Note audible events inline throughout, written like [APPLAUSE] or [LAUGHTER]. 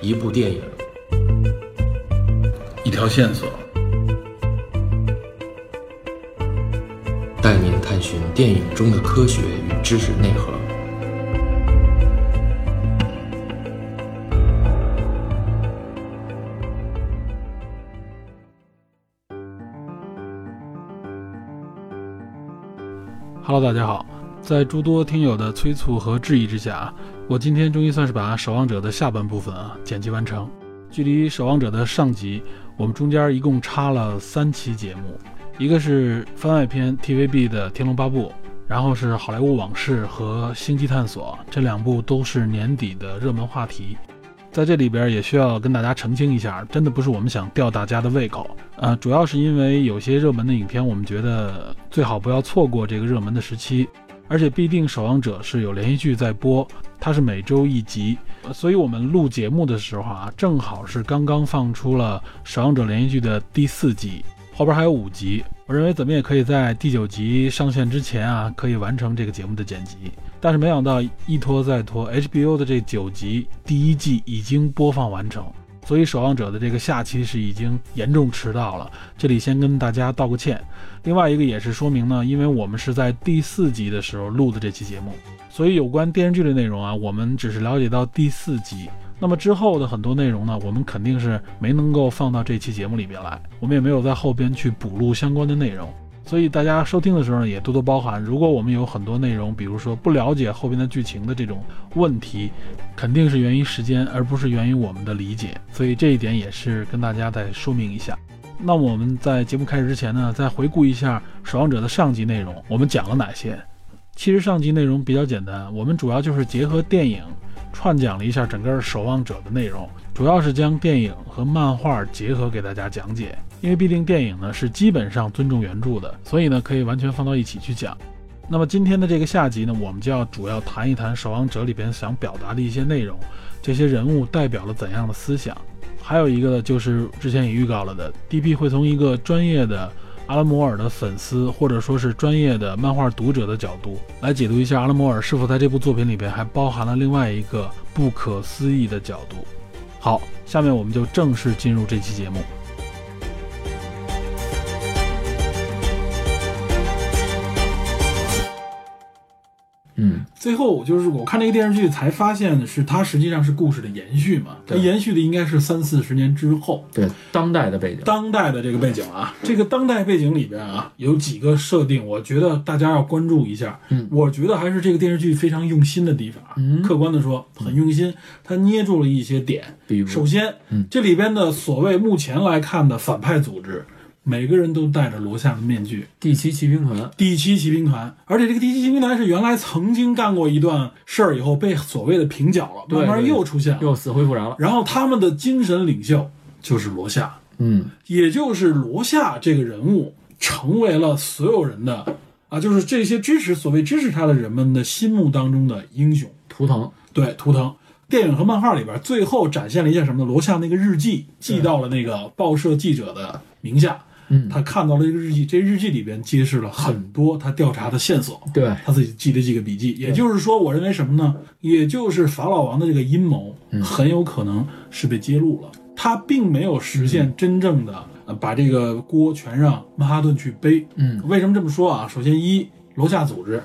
一部电影，一条线索，带您探寻电影中的科学与知识内核。 Hello，大家好。在诸多听友的催促和质疑之下，啊我今天终于算是把《守望者》的下半部分啊剪辑完成。距离《守望者》的上集，我们中间一共插了三期节目，一个是番外篇 TVB 的《天龙八部》，然后是《好莱坞往事》和《星际探索》，这两部都是年底的热门话题。在这里边也需要跟大家澄清一下，真的不是我们想吊大家的胃口，呃，主要是因为有些热门的影片，我们觉得最好不要错过这个热门的时期，而且必定《守望者》是有连续剧在播，它是每周一集，呃所以我们录节目的时候啊，正好是刚刚放出了《守望者》连续剧的第四集，后边还有五集，我认为怎么也可以在第九集上线之前啊，可以完成这个节目的剪辑。但是没想到一拖再拖，HBO 的这九集第一季已经播放完成，所以《守望者》的这个下期是已经严重迟到了。这里先跟大家道个歉。另外一个也是说明呢，因为我们是在第四集的时候录的这期节目，所以有关电视剧的内容啊，我们只是了解到第四集。那么之后的很多内容呢，我们肯定是没能够放到这期节目里边来，我们也没有在后边去补录相关的内容。所以大家收听的时候呢，也多多包涵。如果我们有很多内容，比如说不了解后边的剧情的这种问题，肯定是源于时间，而不是源于我们的理解。所以这一点也是跟大家再说明一下。那我们在节目开始之前呢，再回顾一下《守望者》的上集内容，我们讲了哪些？其实上集内容比较简单，我们主要就是结合电影串讲了一下整个《守望者》的内容，主要是将电影和漫画结合给大家讲解。因为毕竟电影呢是基本上尊重原著的，所以呢可以完全放到一起去讲。那么今天的这个下集呢，我们就要主要谈一谈《守望者》里边想表达的一些内容，这些人物代表了怎样的思想。还有一个呢，就是之前也预告了的，DP 会从一个专业的阿拉摩尔的粉丝，或者说是专业的漫画读者的角度，来解读一下阿拉摩尔是否在这部作品里边还包含了另外一个不可思议的角度。好，下面我们就正式进入这期节目。嗯，最后就是我看这个电视剧才发现的是，它实际上是故事的延续嘛，它对延续的应该是三四十年之后对，当代的背景，当代的这个背景啊。这个当代背景里边啊，有几个设定，我觉得大家要关注一下。嗯我觉得还是这个电视剧非常用心的地方啊。嗯客观的说，很用心，它捏住了一些点。比如首先，嗯这里边的所谓目前来看的反派组织，每个人都戴着罗夏的面具。第七骑兵团，第七骑兵团，而且这个第七骑兵团是原来曾经干过一段事儿以后被所谓的平剿了，对慢慢对又出现了。又死灰复燃了。然后他们的精神领袖就是罗夏，嗯，也就是罗夏这个人物成为了所有人的啊，就是这些支持所谓支持他的人们的心目当中的英雄。图腾，对，图腾。电影和漫画里边最后展现了一下什么呢？罗夏那个日记寄到了那个报社记者的名下，嗯他看到了这个日记，这日记里边揭示了很多他调查的线索，对，他自己记的这个笔记。也就是说，我认为什么呢？也就是法老王的这个阴谋嗯很有可能是被揭露了，他并没有实现真正的、呃把这个锅全让曼哈顿去背。嗯，为什么这么说啊？首先一，楼下组织。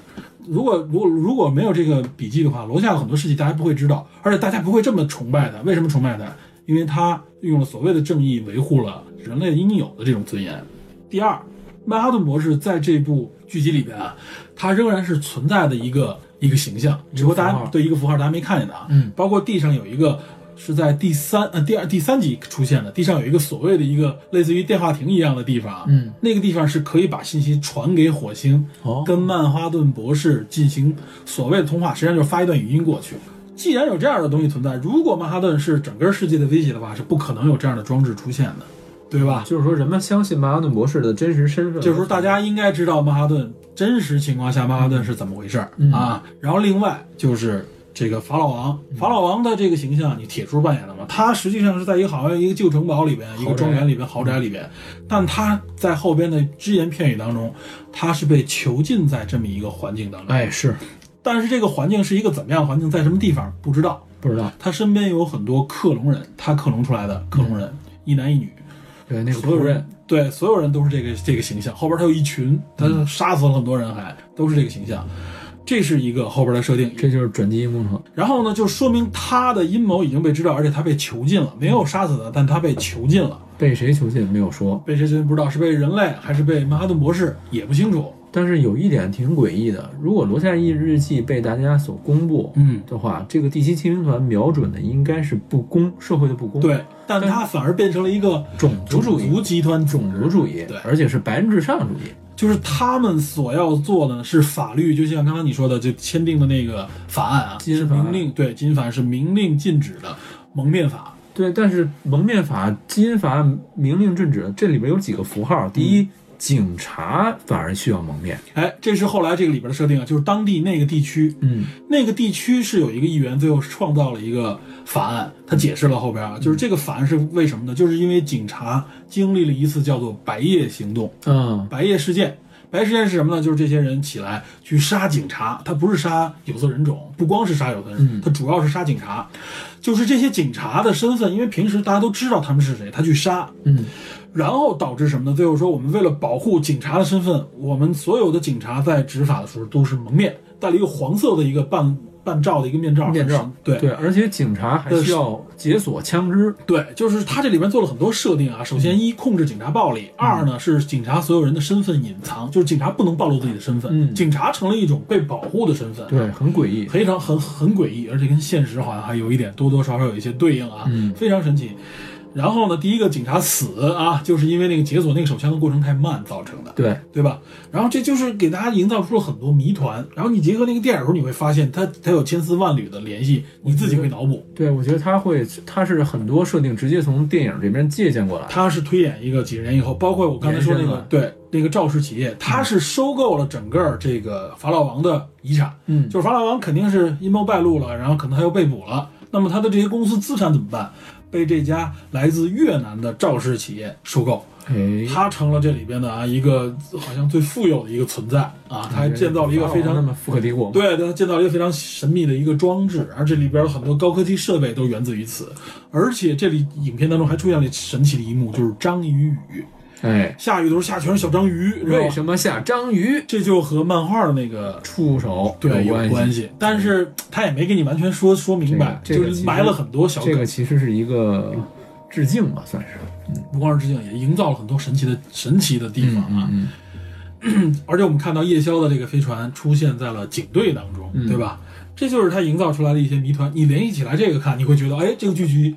如果如果如果没有这个笔记的话，楼下有很多事情大家不会知道，而且大家不会这么崇拜他。为什么崇拜他？因为他用了所谓的正义维护了人类应有的这种尊严。第二，曼哈顿博士在这部剧集里边啊，他仍然是存在的一个一个形象，只不过大符家号对一个符号大家没看见他。嗯，包括地上有一个是在第三呃第二第三集出现的，地上有一个所谓的一个类似于电话亭一样的地方啊，嗯，那个地方是可以把信息传给火星，哦跟曼哈顿博士进行所谓的通话，实际上就是发一段语音过去。既然有这样的东西存在，如果曼哈顿是整个世界的威胁的话，是不可能有这样的装置出现的，对吧？就是说人们相信曼哈顿博士的真实身份，这时候大家应该知道曼哈顿真实情况下曼哈顿是怎么回事儿、嗯啊。然后另外就是这个法老王，法老王的这个形象，你铁柱扮演的嘛，他实际上是在一个好像一个旧城堡里边，一个庄园里边，豪宅里边，嗯但他在后边的只言片语当中，他是被囚禁在这么一个环境当中。哎是但是这个环境是一个怎么样的环境，在什么地方不知道，不知道。他身边有很多克隆人，他克隆出来的克隆人，嗯一男一女，对，那个所仆有人人，对所有人都是这个这个形象。后边他有一群，他嗯杀死了很多人还，都是这个形象。这是一个后边的设定，这就是转基因工程。然后呢，就说明他的阴谋已经被知道，而且他被囚禁了，没有杀死他，但他被囚禁了。被谁囚禁没有说，被谁囚禁不知道，是被人类还是被曼哈顿博士也不清楚。但是有一点挺诡异的，如果罗夏一日记被大家所公布嗯，的话，这个第七骑兵团瞄准的应该是不公，社会的不公，，对，但他反而变成了一个种族种主义，族集团种族主义，对而且是白人至上主义，就是他们所要做的呢是法律，就像刚刚你说的，就签订的那个法案啊，金是法明令对金法是明令禁止的蒙面法。对，但是蒙面法、基因法明令禁止，这里边有几个符号。第一，警察反而需要蒙面。哎，这是后来这个里边的设定啊，就是当地那个地区，嗯，那个地区是有一个议员最后创造了一个法案，他解释了后边啊，就是这个法案是为什么呢？就是因为警察经历了一次叫做“白夜行动”。嗯，白夜事件。白夜事件是什么呢？就是这些人起来去杀警察，他不是杀有色人种，不光是杀有色人嗯种，他主要是杀警察。就是这些警察的身份，因为平时大家都知道他们是谁，他去杀，嗯，然后导致什么呢？最后说我们为了保护警察的身份，我们所有的警察在执法的时候都是蒙面，戴了一个黄色的一个半半罩的一个面罩，面罩很神对对，而且警察还需要解锁枪支。对，就是他这里边做了很多设定啊。首嗯先，一控制警察暴力；二呢是警察所有人的身份隐藏，就是警察不能暴露自己的身份，嗯警察成了一种被保护的身份，对，很诡异。非常很很诡异，而且跟现实好像还有一点多多少少有一些对应啊，嗯非常神奇。然后呢，第一个警察死啊，就是因为那个解锁那个手枪的过程太慢造成的，对，对吧？然后这就是给大家营造出了很多谜团。然后你结合那个电影的时候，你会发现它它有千丝万缕的联系，你自己会脑补。对，我觉得他会，他是很多设定直接从电影这边借鉴过来。他是推演一个几十年以后，包括我刚才说那延伸个了对那个赵氏企业，他是收购了整个这个法老王的遗产，嗯，就是法老王肯定是阴谋败露了，然后可能他又被捕了，那么他的这些公司资产怎么办？被这家来自越南的赵氏企业收购，哎，他成了这里边的啊一个好像最富有的一个存在啊，他还建造了一个非那常么复刻帝国。，对，它建造了一个非常神秘的一个装置，而这里边有很多高科技设备都源自于此。而且这里影片当中还出现了神奇的一幕，就是章鱼雨，哎，下雨的时候下全是小章鱼，知道吧为什么下章鱼这就和漫画的那个出手对有关嗯关？系，但是他也没给你完全说说明白，这个这个就其是实埋了很多小梗。这个其实是一个致敬吧，算是。不光是致敬，也营造了很多神奇的神奇的地方啊。嗯而且我们看到夜宵的这个飞船出现在了警队当中，对吧？这就是他营造出来的一些谜团。你联系起来这个看，你会觉得，哎，这个剧集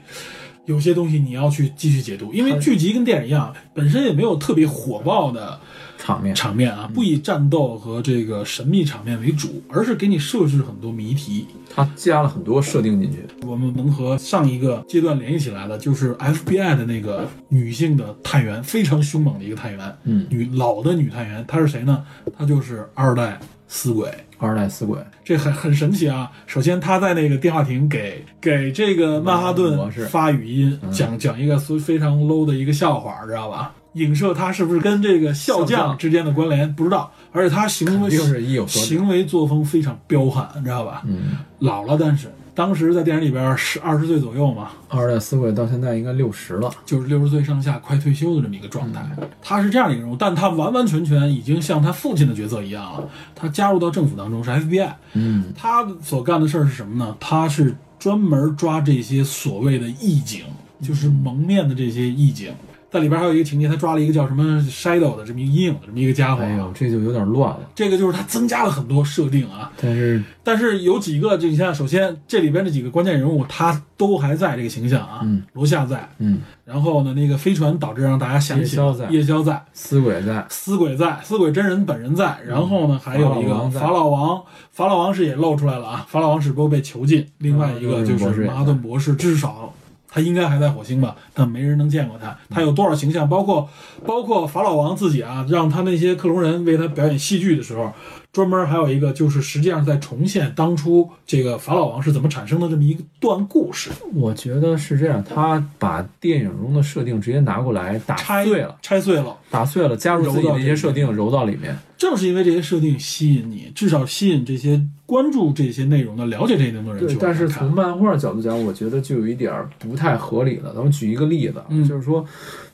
有些东西你要去继续解读，因为剧集跟电影一样，本身也没有特别火爆的场面。场面啊，不以战斗和这个神秘场面为主，而是给你设置很多谜题。他加了很多设定进去。我们能和上一个阶段联系起来的，就是 FBI 的那个女性的探员，非常凶猛的一个探员，嗯女老的女探员，她是谁呢？她就是二代死鬼。二代死鬼，这很很神奇啊！首先，她在那个电话亭给给这个曼哈顿模式发语音，嗯讲讲一个非常 low 的一个笑话，知道吧？影射她是不是跟这个笑笑匠匠之间的关联，不知道。而且她行为肯定是一有所指行为作风非常彪悍，你知道吧？嗯，老了，但是当时在电影里边是二十岁左右嘛，二代死鬼到现在应该六十了，就是六十岁上下快退休的这么一个状态。嗯他是这样一个人物，但他完完全全已经像他父亲的角色一样了。他加入到政府当中是 FBI，嗯，他所干的事儿是什么呢？他是专门抓这些所谓的义警，嗯就是蒙面的这些义警。在里边还有一个情节，他抓了一个叫什么 Shadow 的这么一个阴影的这么一个家伙。啊哎呦，这就有点乱了。这个就是他增加了很多设定啊，但是，但是有几个，就你像首先这里边这几个关键人物，他都还在这个形象啊，嗯罗夏在，嗯，然后呢，那个飞船导致让大家想起夜宵在夜宵在，死鬼在，死鬼在，死鬼真人本人在，然后呢，还有一嗯法老个王在法老王，法老王是也露出来了啊，法老王只不过被囚禁，另外一个就嗯博是士也马哈顿博士，至少。他应该还在火星吧，但没人能见过嗯他。他有多少形象？包括包括法老王自己啊，让他那些克隆人为他表演戏剧的时候，专门还有一个就是实际上在重现当初这个法老王是怎么产生的这么一段故事，我觉得是这样，他把电影中的设定直接拿过来打拆啊碎了，，拆碎了。打碎了，加入自己的一些设定，揉到里面。正是因为这些设定吸引你，至少吸引这些关注这些内容的、了解这些内容的人去对，往但下是看从漫画角度讲，我觉得就有一点儿不太合理了。咱们举一个例子啊，嗯就是说，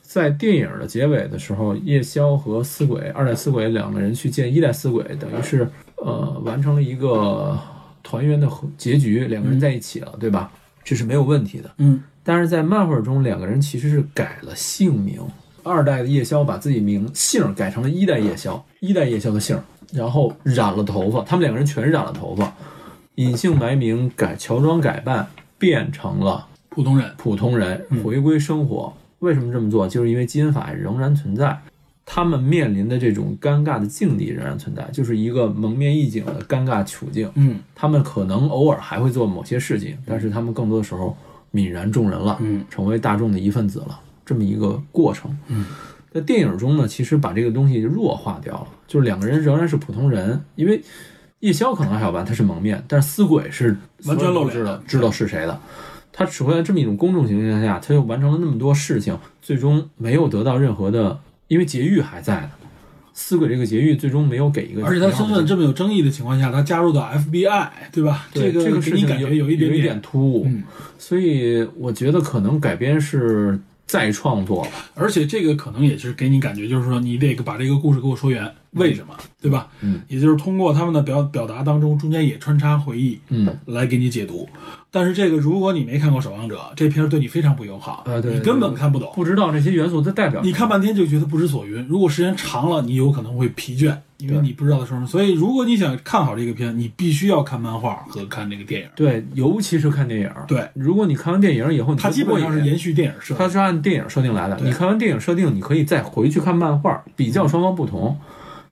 在电影的结尾的时候，夜宵和死鬼二代死鬼两个人去见一代死鬼，等于是呃完成了一个团圆的和结局，两个人在一起了，对吧？这是没有问题的。嗯，但是在漫画中，两个人其实是改了姓名。二代的夜宵把自己名姓儿改成了一代夜宵，一代夜宵的姓儿，然后染了头发，他们两个人全染了头发，隐姓埋名改乔装改扮，变成了普通人普通人，回归生活。为什么这么做？就是因为基因法仍然存在，他们面临的这种尴尬的境地仍然存在，就是一个蒙面一景的尴尬处境。嗯他们可能偶尔还会做某些事情，但是他们更多的时候泯然众人了，嗯，成为大众的一份子了，这么一个过程。嗯，在电影中呢，其实把这个东西弱化掉了，就是两个人仍然是普通人，因为夜宵可能还好办，他是蒙面，但是死鬼是完全露脸的知道知道是谁的。他处在这么一种公众形象下，他又完成了那么多事情，最终没有得到任何的，因为劫狱还在呢。死鬼这个劫狱最终没有给一个，嗯而且他身份这么有争议的情况下，他加入到 FBI，对吧？对个这个给事你情感觉有一点有点突兀，嗯所以我觉得可能改编是再创作吧。而且这个可能也是给你感觉，就是说你得把这个故事给我说圆，为什么，对吧？嗯，也就是通过他们的表表达当中，中间也穿插回忆嗯，来给你解读。但是这个，如果你没看过《守望者》，这片儿对你非常不友好，啊对你根本看不懂。不知道这些元素它代表什么你看半天就觉得不知所云。如果时间长了，你有可能会疲倦，因为对你不知道它说什么。所以，如果你想看好这个片，你必须要看漫画和看这个电影。对，尤其是看电影。，对，如果你看完电影以后，你它就基不过本上瘾是延续电影设它定。是按电影设定来的。对你看完电影设定，你可以再回去看漫画，比较双方不同。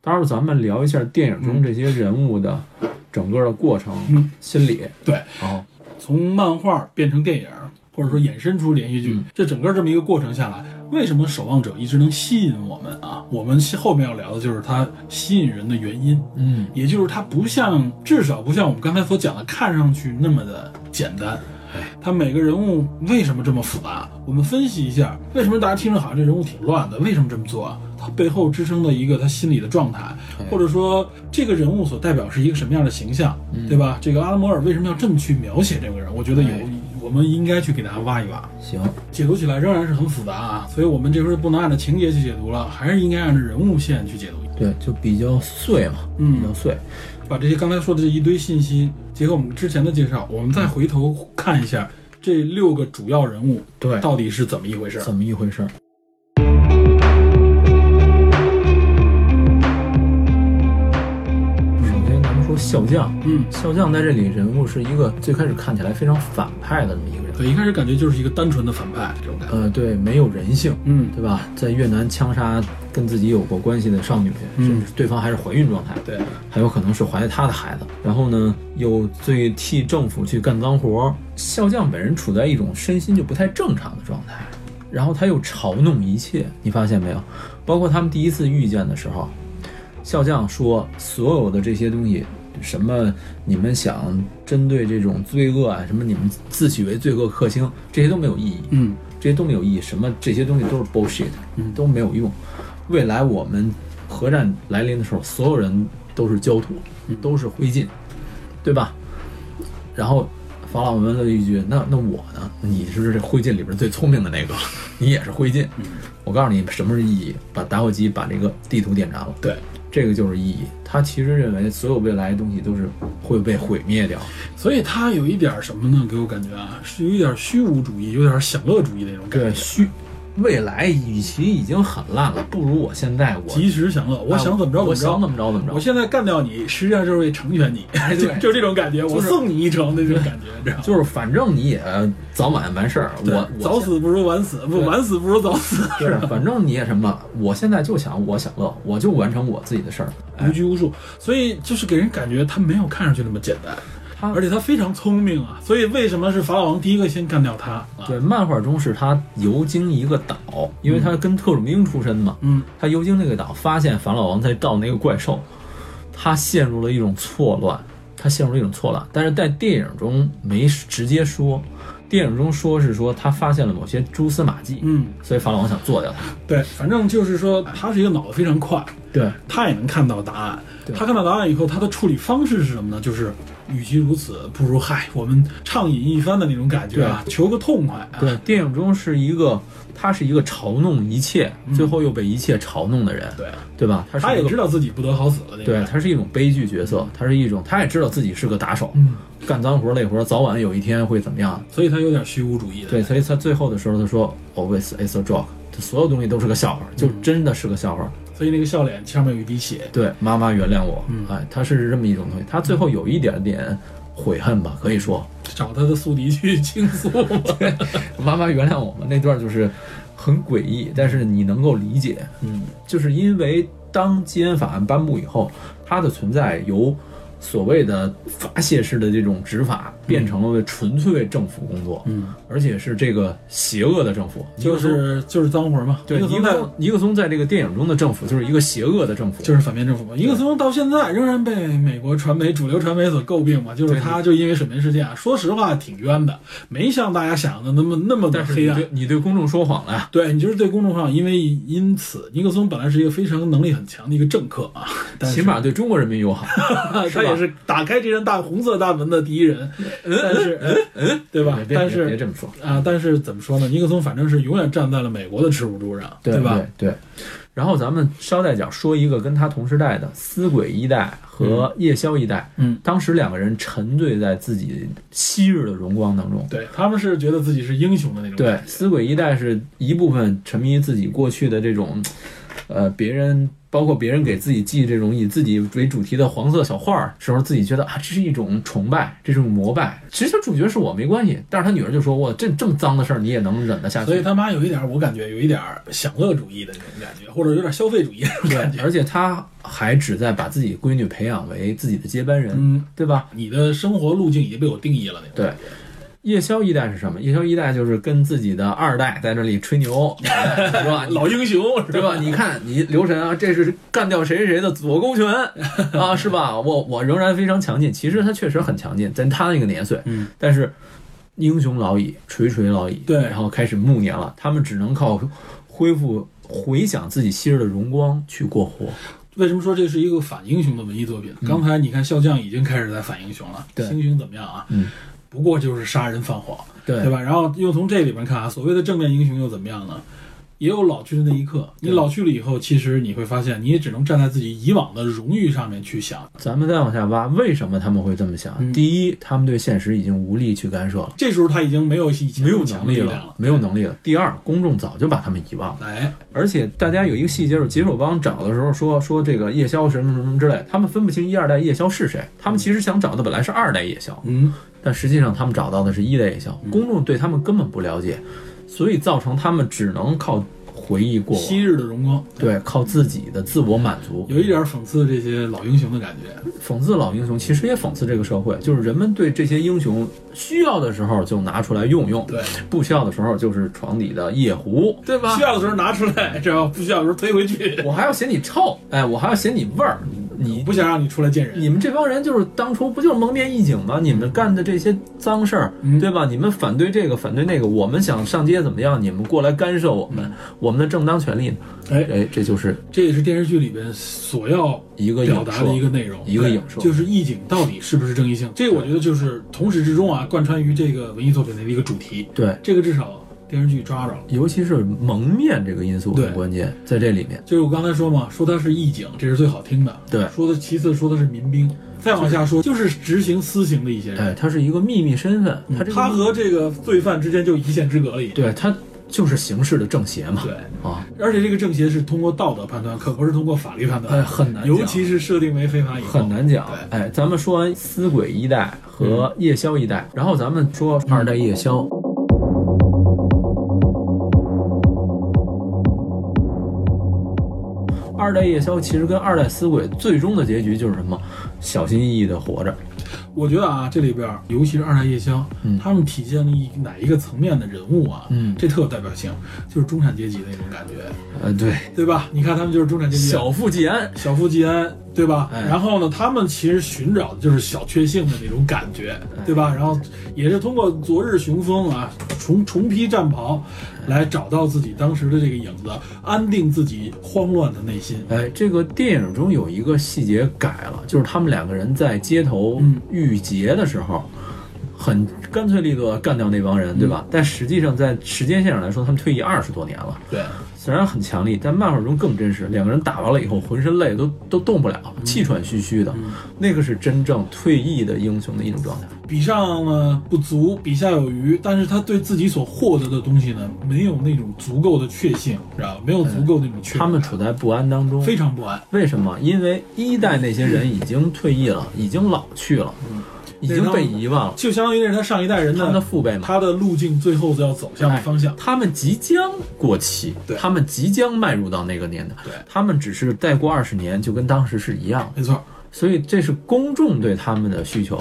待会儿咱们聊一下电影中这些人物的整个的过程、嗯心理。对，哦，从漫画变成电影，或者说衍生出连续剧，这整个这么一个过程下来，为什么《守望者》一直能吸引我们啊？我们后面要聊的就是它吸引人的原因。嗯，也就是它不像，至少不像我们刚才所讲的，看上去那么的简单。它每个人物为什么这么复杂？我们分析一下，为什么大家听着好像这人物挺乱的？为什么这么做啊？它背后支撑的一个他心理的状态，或者说这个人物所代表是一个什么样的形象，对吧？这个阿拉摩尔为什么要这么去描写这个人？我觉得有哎，我们应该去给大家挖一挖。行，解读起来仍然是很复杂啊，所以我们这回不能按照情节去解读了，还是应该按照人物线去解读。对，就比较碎嘛，嗯比较碎。把这些刚才说的这一堆信息，结合我们之前的介绍，我们再回头看一下这六个主要人物对到底是怎么一回事儿。怎么一回事儿？首先，咱们说笑匠，嗯，笑匠在这里人物是一个最开始看起来非常反派的这么一个人，对，一开始感觉就是一个单纯的反派这种感觉。呃，对，没有人性，嗯，对吧？在越南枪杀跟自己有过关系的少女，嗯甚至对方还是怀孕状态，对，还有可能是怀他的孩子。然后呢，又最替政府去干脏活儿。笑匠本人处在一种身心就不太正常的状态，然后他又嘲弄一切，你发现没有？包括他们第一次遇见的时候，笑匠说所有的这些东西。什么？你们想针对这种罪恶啊？什么？你们自诩为罪恶克星，这些都没有意义。嗯这些都没有意义，什么这些东西都是 bullshit，嗯都没有用。未来我们核战来临的时候，所有人都是焦土，都是灰烬，对吧？然后法老问了一句：“那那我呢？你是不是这灰烬里边最聪明的那个？ [LAUGHS] 你也是灰烬。”我告诉你什么是意义，把打火机把这个地图点燃了，对，这个就是意义。他其实认为所有未来的东西都是会被毁灭掉。所以他有一点什么呢？给我感觉啊，是有一点虚无主义，有点享乐主义那种感对，觉。虚未来与其已经很烂了，不如我现在我及时享乐，我想怎么着啊我怎想么怎着。么着怎么着。我现在干掉你，实际上就是为成全你， [LAUGHS] 就对就这种感觉，我就是送你一程那种感觉，你知道吗？就是反正你也早晚完事儿，对我早。死不如晚死，不对晚死不如早死，我是，反正你也什么了，我现在就想我享乐，我就完成我自己的事儿。无拘无束，所以就是给人感觉他没有看上去那么简单，他而且他非常聪明啊，所以为什么是法老王第一个先干掉他？啊、对，漫画中是他游经一个岛，因为他跟特种兵出身嘛，嗯，他游经那个岛，发现法老王在造那个怪兽，他陷入了一种错乱，他陷入了一种错乱。但是在电影中没直接说，电影中说是说他发现了某些蛛丝马迹，嗯，所以法老王想做掉他。对，反正就是说他是一个脑子非常快，对，他也能看到答案。对他看到答案以后，他的处理方式是什么呢？就是，与其如此，不如嗨，我们畅饮一番的那种感觉啊，求个痛快、啊。对，电影中是一个，他是一个嘲弄一切，最后又被一切嘲弄的人，嗯对，对吧？他是他一也个知道自己不得好死了。那个对，，他是一种悲剧角色，他是一种，他也知道自己是个打手，嗯，干脏活累活，早晚有一天会怎么样？所以他有点虚无主义的。对，所以他最后的时候，他说，always，Oh, is a joke，这所有东西都是个笑话，就嗯真的是个笑话。所以那个笑脸上面有一滴血。对，妈妈原谅我，嗯哎，他是这么一种东西，他最后有一点点悔恨吧，可以说，找他的宿敌去倾诉吧。妈妈原谅我们那段就是很诡异，但是你能够理解，嗯，就是因为当基恩法案颁布以后，它的存在由所谓的发泄式的这种执法变成了纯粹为政府工作，嗯，而且是这个邪恶的政府，就是就是脏活嘛。对尼克尼松克在松尼克松在这个电影中的政府就是一个邪恶的政府，就是反面政府嘛。尼克松到现在仍然被美国传媒主流传媒所诟病嘛，就是他就因为水门事件啊，说实话挺冤的，没像大家想的那么那么的但是你黑暗对。你对公众说谎了呀，对你就是对公众上，因为因此，尼克松本来是一个非常能力很强的一个政客啊，但起是码对中国人民友好， [LAUGHS] 他也是打开这扇大红色大门的第一人，但是对吧嗯别？别但别别是这么说，啊，但是怎么说呢？尼克松反正是永远站在了美国的耻辱柱上，对吧？？对对。然后咱们捎带脚说一个跟他同时代的死鬼一代和夜宵一代，嗯，当时两个人沉醉在自己昔日的荣光当中。对他们是觉得自己是英雄的那种对感，觉，死鬼一代是一部分沉迷于自己过去的这种，呃，别人包括别人给自己寄这种以自己为主题的黄色小画儿时候，自己觉得啊，这是一种崇拜，这是一种膜拜。其实他主角是我没关系，但是他女儿就说：“我这这么脏的事儿你也能忍得下去？”所以他妈有一点儿，我感觉有一点儿享乐主义的那种感觉，或者有点消费主义那种感对，觉。而且他还旨在把自己闺女培养为自己的接班人，嗯，对吧？你的生活路径已经被我定义了那种。对，夜宵一代是什么？夜宵一代就是跟自己的二代在这里吹牛，是 [LAUGHS] 吧？你老英雄是对吧？你看，你刘神啊，这是干掉谁谁谁的左勾 [LAUGHS] 拳啊，是吧？我我仍然非常强劲，其实他确实很强劲，在他那个年岁，嗯，但是英雄老矣，垂垂老矣，对然后开始暮年了，他们只能靠恢复回想自己昔日的荣光去过活。为什么说这是一个反英雄的文艺作品？刚才你看笑匠已经开始在反英雄了，对星星怎么样啊？嗯，不过就是杀人放火，对对吧？然后又从这里边看啊，所谓的正面英雄又怎么样呢？也有老去的那一刻，你老去了以后，其实你会发现，你也只能站在自己以往的荣誉上面去想，咱们再往下挖，为什么他们会这么想？嗯第一，他们对现实已经无力去干涉了，这时候他已经没有以前没有那么强能的力力量了，没有能力了。第二，公众早就把他们遗忘了。哎，而且大家有一个细节，就是解手帮找的时候说说这个夜宵什么什么什么之类，他们分不清一二代夜宵是谁。他们其实想找的本来是二代夜宵，嗯，但实际上他们找到的是一代夜宵。公众对他们根本不了解，所以造成他们只能靠回忆过昔往，日的荣光，对，靠自己的自我满足。有一点讽刺这些老英雄的感觉。讽刺老英雄，其实也讽刺这个社会，就是人们对这些英雄需要的时候就拿出来用用，对，不需要的时候就是床底的夜壶，对吧需？要的时候拿出来，知道吧不需要的时候推回去。我还要嫌你臭，哎，我还要嫌你味儿，你不想让你出来见人，你们这帮人就是当初不就是蒙面义警吗？你们干的这些脏事儿，嗯对吧？你们反对这个，反对那个，我们想上街怎么样？你们过来干涉我嗯们，我们的正当权利呢？哎，哎，这就是这也是电视剧里边所要一个表影达射的一个内容，一个对影射就是义警到底是不是正义性？这个我觉得就是从始至终啊，贯穿于这个文艺作品的一个主题。对，这个至少电视剧抓着了。尤其是蒙面这个因素对很关键，在这里面，就是我刚才说嘛，说他是义警，这是最好听的。对说的其次说的是民兵，再往下说就是执行私刑的一些人，哎，他是一个秘密身份，他这个嗯他和这个罪犯之间就一线之隔了已经。对他就是形式的正邪嘛，对，啊，而且这个正邪是通过道德判断，可不是通过法律判断，哎很难讲尤其是设定为非法以后，很难讲。对嗯哎，咱们说完死鬼一代和夜宵一代，然后咱们说二代夜宵。二代夜宵其实跟二代死鬼最终的结局就是什么？小心翼翼的活着，我觉得啊，这里边儿尤其是二代夜宵，嗯他们体现了一哪一个层面的人物啊？嗯这特有代表性，就是中产阶级那种感觉，呃，对，对吧？你看他们就是中产阶级，小富即安，小富即安，对吧？哎然后呢，他们其实寻找的就是小确幸的那种感觉，哎对吧？然后也是通过昨日雄风啊，重重披战袍，哎来找到自己当时的这个影子，安定自己慌乱的内心。哎，这个电影中有一个细节改了，就是他们两个人在街头嗯遇劫的时候，很干脆利落地干掉那帮人，对嗯吧？但实际上在时间线上来说，他们退役二十多年了，对，虽然很强力，但漫画中更真实。两个人打完了以后，浑身累，都都动不了，嗯气喘吁吁的，那个是真正退役的英雄的一种状态。比上呢不足，比下有余，但是他对自己所获得的东西呢，没有那种足够的确信，知道吧？没有足够那种确，嗯他们处在不安当中，非常不安。为什么？因为一代那些人已经退役了，已经老去了，嗯已经被遗忘了，就相当于那是他上一代人他们的的父辈嘛。哎他的路径最后要走向的方向。他们即将过期对，他们即将迈入到那个年代对，他们只是再过二十年就跟当时是一样的，没错，所以这是公众对他们的需求，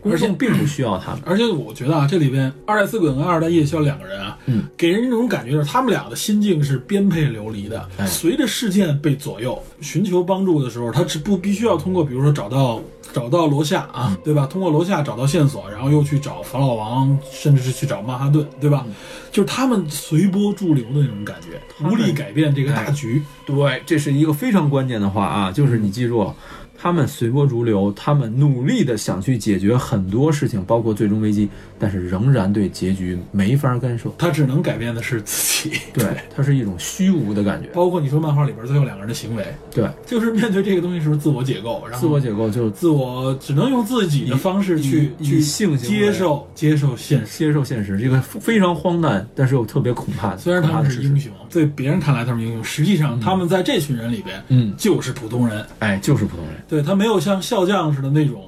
公而且众并不需要他们。而且我觉得啊，这里边二代四滚跟二代夜宵两个人啊，嗯，给人一种感觉就是他们俩的心境是颠沛流离的，哎随着事件被左右。寻求帮助的时候，他只不必须要通过，比如说找到找到罗夏啊，嗯对吧？通过罗夏找到线索，然后又去找法老王，甚至是去找曼哈顿，对吧？就是他们随波逐流的那种感觉，嗯们哎无力改变这个大局。 [CLEARS THROAT] 对，这是一个非常关键的话啊，就是你记住了，他们随波逐流，他们努力的想去解决很多事情，包括最终危机，但是仍然对结局没法干涉。他只能改变的是自己，对，它是一种虚无的感觉。包括你说漫画里边最后两个人的行为，对，就是面对这个东西时候自我解构，然后自我解构就是自我只能用自己的方式去以去以性行为嗯接受接受现实。接受现实，这个非常荒诞，但是又特别恐怕。虽然他恐怕们的是事英实，雄，在别人看来他们是英雄，实际上他们在这群人里边，嗯就是普通人。哎，就是普通人。对他没有像笑匠似的那种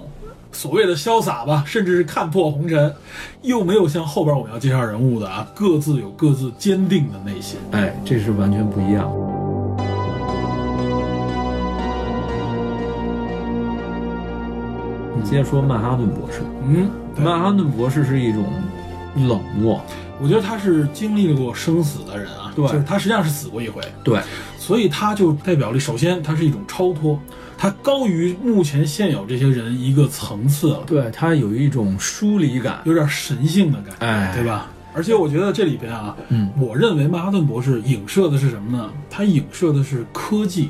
所谓的潇洒吧，甚至是看破红尘，又没有像后边我们要介绍人物的啊，各自有各自坚定的内心。哎，这是完全不一样。你接着说曼哈顿博士，嗯，对曼哈顿博士是一种冷漠，我觉得他是经历过生死的人啊，对就是他实际上是死过一回，对，所以它就代表了，首先它是一种超脱，它高于目前现有这些人一个层次了，对他有一种疏离感。有点神性的感觉，哎对吧？而且我觉得这里边啊，嗯，我认为曼哈顿博士影射的是什么呢？它影射的是科技，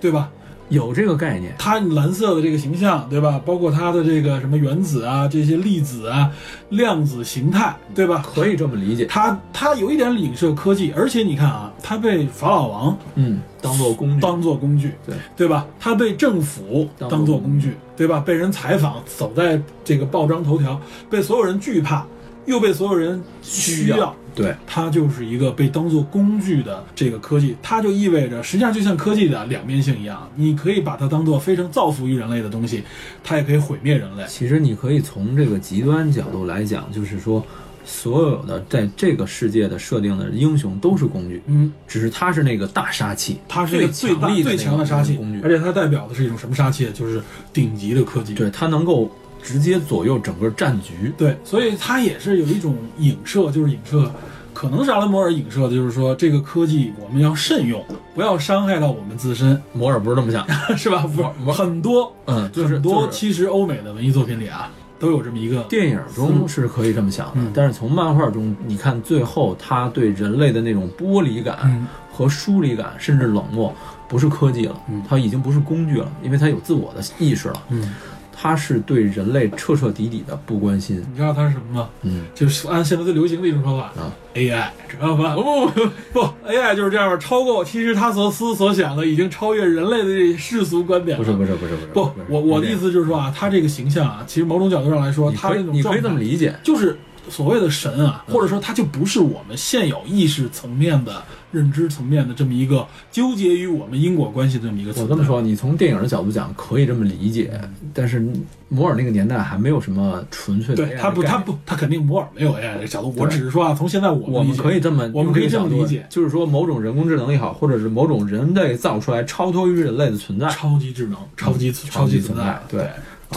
对吧？有这个概念，它蓝色的这个形象，对吧？包括它的这个什么原子啊，这些粒子啊，量子形态，对吧？可以这么理解。它它有一点影射科技，而且你看啊，它被法老王嗯，当做工 [LAUGHS] 具，当做工具，对对吧？他被政府当做工具，对吧？被人采访，走在这个报章头条，被所有人惧怕，又被所有人需需要对，它就是一个被当做工具的这个科技，它就意味着，实际上就像科技的两面性一样，你可以把它当做非常造福于人类的东西，它也可以毁灭人类。其实你可以从这个极端角度来讲，就是说，所有的在这个世界的设定的英雄都是工具，嗯，只是他是那个大杀器，它是一个最最大强力的最强的那个杀器工具，而且它代表的是一种什么杀器？就是顶级的科技。对他能够直接左右整个战局。对，所以它也是有一种影射，就是影射，可能是阿拉摩尔影射的，就是说这个科技我们要慎用，不要伤害到我们自身， [LAUGHS] 摩尔不是这么想，是吧？不，很多嗯，就是很多，就是其实欧美的文艺作品里啊，都有这么一个。电影嗯中是可以这么想的，但是从漫画中，你看最后他对人类的那种剥离感嗯和疏离感，甚至冷漠，不是科技了，他已经不是工具了，因为他有自我的意识了，嗯，他是对人类彻彻底底的不关心。你知道它是什么吗？嗯，就是按现在最流行的一种说法啊哦，AI，知道吧？不不不，AI 就是这样吧，超过其实他所思所想的已经超越人类的这世俗观点了。不是不是不是不是不，我我的意，思就是说啊，他这个形象啊，其实某种角度上来说，你他可这以种你状可以态这么理解，就是所谓的神啊，嗯或者说它就不是我们现有意识层面的认知层面的这么一个纠结于我们因果关系的这么一个存我在。这么，说，你从电影的角度讲可以这么理解，嗯但是摩尔那个年代还没有什么纯粹的 AI 对的概念，他不，他不，他肯定摩尔没有 AI 这角度。我只是说啊，从现在我我们理们解可以这么，我们可以这么理解就是说某种人工智能也好，或者是某种人类造出来超脱于人类的存在，超级智能、超级嗯超超级级存存在在，对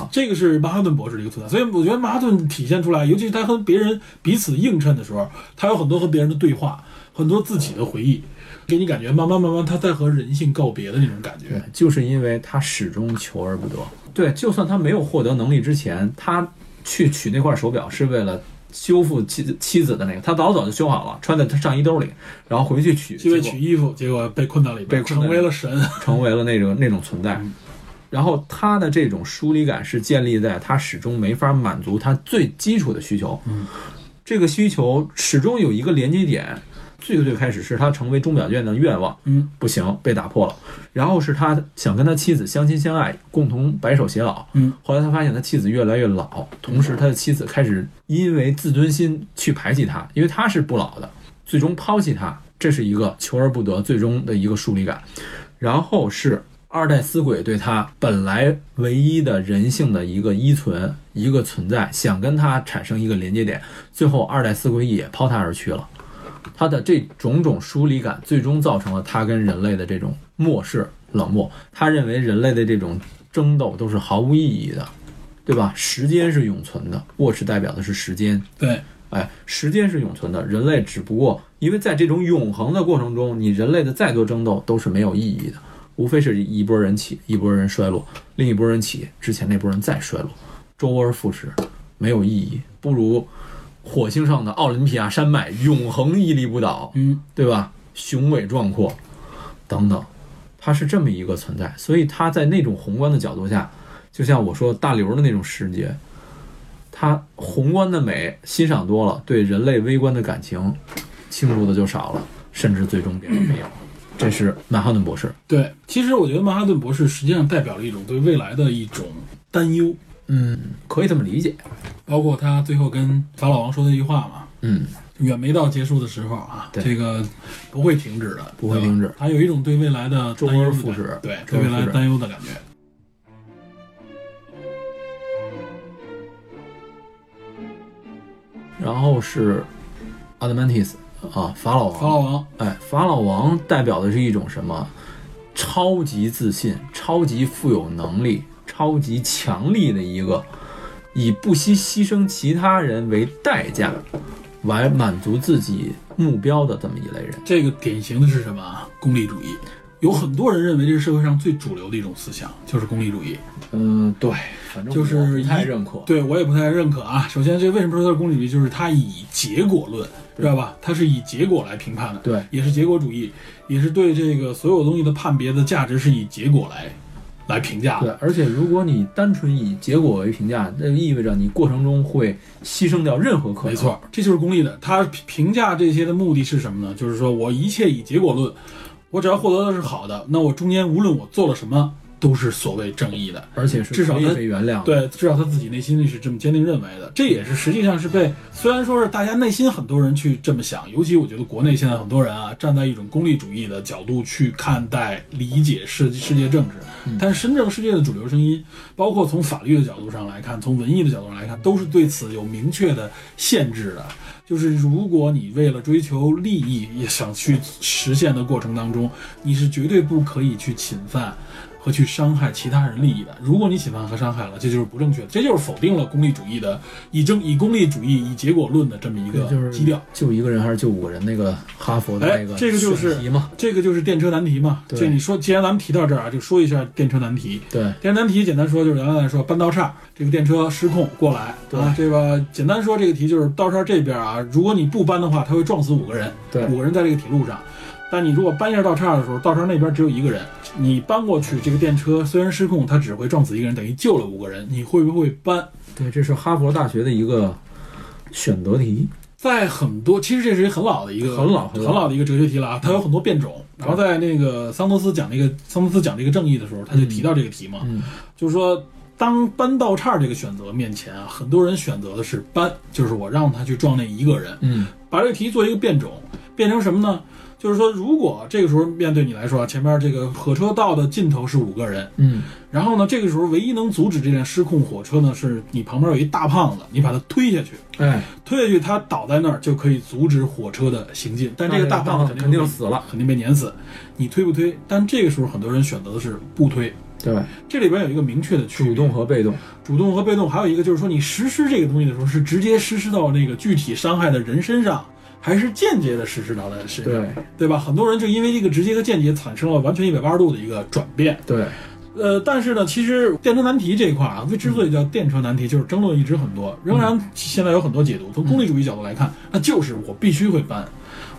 啊。这个是曼哈顿博士的一个存在，所以我觉得曼哈顿体现出来，尤其是他和别人彼此映衬的时候，他有很多和别人的对话，很多自己的回忆，给你感觉慢慢慢慢他在和人性告别的那种感觉。就是因为他始终求而不得。对，就算他没有获得能力之前，他去取那块手表是为了修复妻妻子的那个，他早早就修好了，穿在他上衣兜里，然后回去取，因为结果取衣服，结果被困到里边，被困在成里为了神。 [LAUGHS] 成为了那种 [LAUGHS] 那种存在。嗯然后他的这种疏离感是建立在他始终没法满足他最基础的需求，嗯这个需求始终有一个连接点。最最开始是他成为钟表店的愿望，嗯，不行，被打破了。然后是他想跟他妻子相亲相爱，共同白首偕老，嗯。后来他发现他妻子越来越老，同时他的妻子开始因为自尊心去排挤他，因为他是不老的，最终抛弃他，这是一个求而不得最终的一个疏离感。然后是二代死鬼对他本来唯一的人性的一个依存，一个存在，想跟他产生一个连接点，最后二代死鬼也抛他而去了。他的这种种疏离感，最终造成了他跟人类的这种漠视、冷漠。他认为人类的这种争斗都是毫无意义的，对吧？时间是永存的，watch 代表的是时间，对，哎，时间是永存的，人类只不过因为在这种永恒的过程中，你人类的再多争斗都是没有意义的，无非是一波人起，一波人衰落，另一波人起，之前那波人再衰落，周而复始，没有意义，不如火星上的奥林匹亚山脉永恒屹立不倒，嗯，对吧？雄伟壮阔，等等，它是这么一个存在，所以它在那种宏观的角度下，就像我说大刘的那种视觉，它宏观的美欣赏多了，对人类微观的感情倾注的就少了，甚至最终变得没有。这是曼哈顿博士，对，其实我觉得曼哈顿博士实际上代表了一种对未来的一种担忧，嗯，可以这么理解，包括他最后跟法老王说的一句话嘛，嗯，远没到结束的时候啊，对这个不会停止的，不会停止对吧他有一种对未来的周担忧的而复感始对对周而未复来始担忧的感觉。然后是阿德曼提斯啊，法老王，法老王，哎，法老王代表的是一种什么？超级自信、超级富有能力、超级强力的一个，以不惜牺牲其他人为代价，来满足自己目标的这么一类人。这个典型的是什么啊？功利主义。有很多人认为这是社会上最主流的一种思想，就是功利主义。嗯，对，反正就是我不太一认可。对我也不太认可啊。首先，这为什么说它是功利主义？就是它以结果论，知道吧？它是以结果来评判的，对也是结果主义，也是对这个所有东西的判别的价值是以结果来来评价对的。，而且如果你单纯以结果为评价，那意味着你过程中会牺牲掉任何可能。没错，这就是功利的。他评评价这些的目的是什么呢？就是说我一切以结果论，我只要获得的是好的，那我中间无论我做了什么，都是所谓正义的。而且是至少可以他被原谅的。对，至少他自己内心里是这么坚定认为的。这也是实际上是被，虽然说是大家内心很多人去这么想，尤其我觉得国内现在很多人啊，站在一种功利主义的角度去看待、理解世世界政治，但是真正世界的主流声音，包括从法律的角度上来看，从文艺的角度上来看，都是对此有明确的限制的。就是如果你为了追求利益，也想去实现的过程当中，你是绝对不可以去侵犯和去伤害其他人利益的。如果你侵犯和伤害了，这就是不正确的，这就是否定了功利主义的以正以功利主义以结果论的这么一个就是基调。救一个人还是救五个人？那个哈佛的哎那个这个就是选题嘛，这个就是电车难题嘛。对这你说，既然咱们提到这儿啊，就说一下电车难题。对，电车难题简单说就是原来来说搬道岔，这个电车失控过来，对啊，这个简单说这个题就是道岔这边啊，如果你不搬的话，它会撞死五个人，对五个人在这个铁路上。但你如果搬一下道岔的时候，道岔那边只有一个人，你搬过去，这个电车虽然失控，它只会撞死一个人，等于救了五个人。你会不会搬？对，这是哈佛大学的一个选择题。在很多，其实这是一个很老的一个很老很很老嗯老的一个哲学题了啊，它有很多变种。然后在那个桑托斯讲那个桑托斯讲这个正义的时候，他就提到这个题嘛，嗯，就是说，当搬道岔这个选择面前啊，很多人选择的是搬，就是我让他去撞那一个人，嗯，把这个题做一个变种，变成什么呢？就是说，如果这个时候面对你来说啊，前面这个火车道的尽头是五个人，嗯，然后呢，这个时候唯一能阻止这辆失控火车呢，是你旁边有一大胖子，你把他推下去，哎，推下去他倒在那儿就可以阻止火车的行进，但这个大胖子啊肯定会死了。肯定被碾死。你推不推？但这个时候很多人选择的是不推，对，这里边有一个明确的区别主动和被动，主动和被动，还有一个就是说，你实施这个东西的时候，是直接实施到那个具体伤害的人身上，还是间接的实施到的身上，对对吧？很多人就因为这个直接和间接产生了完全一百八十度的一个转变。对，呃，但是呢，其实电车难题这一块啊，之所以叫电车难题，就是争论一直很多，仍然现在有很多解读。从功利主义角度来看，那就是我必须会搬，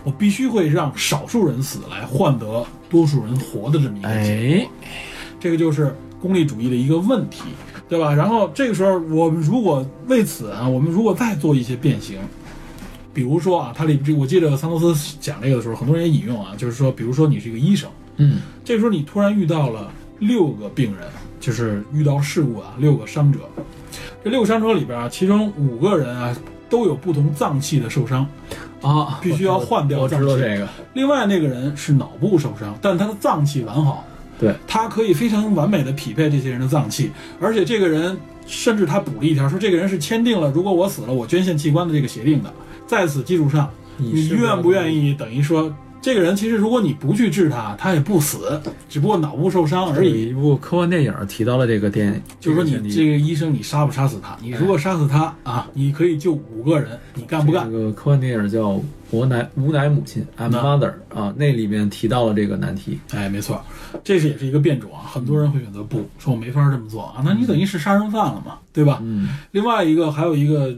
我必须会让少数人死来换得多数人活的这么一个结果。哎，这个就是功利主义的一个问题，对吧？然后这个时候，我们如果为此啊，我们如果再做一些变形，比如说啊，它里这我记得桑德斯讲这个的时候，很多人也引用啊，就是说，比如说你是一个医生，嗯，这个时候你突然遇到了六个病人，就是遇到事故啊，六个伤者，这六个伤者里边啊，其中五个人啊都有不同脏器的受伤，啊，必须要换掉我知脏器。道这个，另外那个人是脑部受伤，但他的脏器完好，对，他可以非常完美的匹配这些人的脏器，而且这个人甚至他补了一条，说这个人是签订了如果我死了我捐献器官的这个协定的，在此基础上，你是愿不愿？意等于说这个人其实如果你不去治他，他也不死，只不过脑部受伤有而已。一部科幻电影提到了这个电影，就是说前你提哎这个医生你杀不杀死他？你如果杀死他啊，你可以救五个人，你干不干这？个科幻电影叫《我乃吾乃母亲》，I'm 那 Mother 啊，那里面提到了这个难题。哎，没错，这是也是一个变种啊。很多人会选择不说，我没法这么做啊。那你等于是杀人犯了嘛，对吧？嗯，另外一个还有一个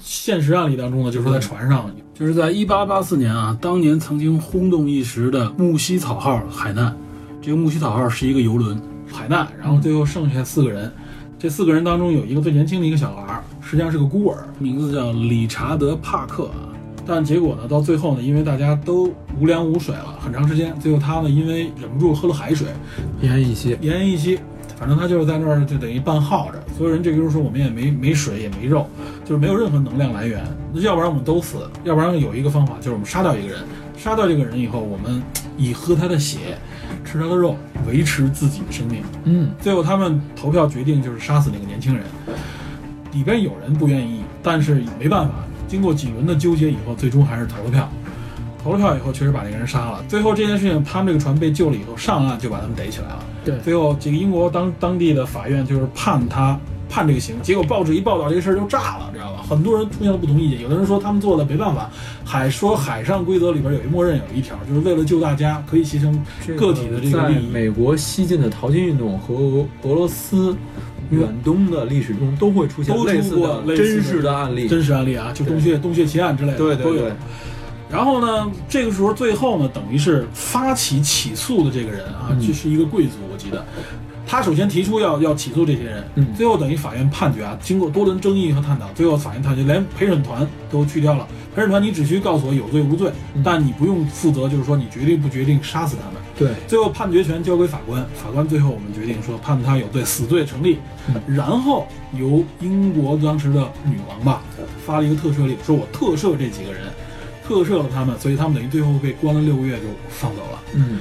现实案例当中呢，就是说在船上，就是在一八八四年啊，当年曾经轰动一时的木西草号海难，这个木西草号是一个游轮，海难，然后最后剩下四个人，这四个人当中有一个最年轻的一个小孩儿，实际上是个孤儿，名字叫理查德·帕克啊，但结果呢，到最后呢，因为大家都无粮无水了，很长时间，最后他呢，因为忍不住喝了海水，一言一息，奄奄一息。反正他就是在那儿就等于半耗着，所有人这个时候说我们也没没水也没肉，就是没有任何能量来源，要不然我们都死，要不然有一个方法就是我们杀掉一个人，杀掉这个人以后，我们以喝他的血，吃他的肉，维持自己的生命。嗯，最后他们投票决定就是杀死那个年轻人，里边有人不愿意，但是没办法，经过几轮的纠结以后，最终还是投了票。投了票以后，确实把那个人杀了。最后这件事情，他们这个船被救了以后，上岸就把他们逮起来了。对最后这个英国当当地的法院就是判他判这个刑，结果报纸一报道这个事儿就炸了，知道吧？很多人出现了不同意见，有的人说他们做的没办法，海说海上规则里边有一默认有一条，就是为了救大家可以牺牲个体的这个嗯在利益。美国西进的淘金运动和俄俄罗斯远东的历史中都会出现都出类似过类似的真实的案例。真实案例啊，就对洞穴洞穴奇案之类的对对都有对，然后呢，这个时候最后呢，等于是发起起诉的这个人啊，嗯这是一个贵族，我记得。他首先提出要要起诉这些人，嗯最后等于法院判决啊，经过多轮争议和探讨，最后法院判决连陪审团都去掉了。陪审团你只需告诉我有罪无罪，嗯但你不用负责，就是说你决定不决定杀死他们。对，最后判决权交给法官，法官最后我们决定说判他有罪，死罪成立。然后由英国当时的女王吧发了一个特赦令，说我特赦这几个人，特赦了他们，所以他们等于最后被关了六个月就放走了。嗯，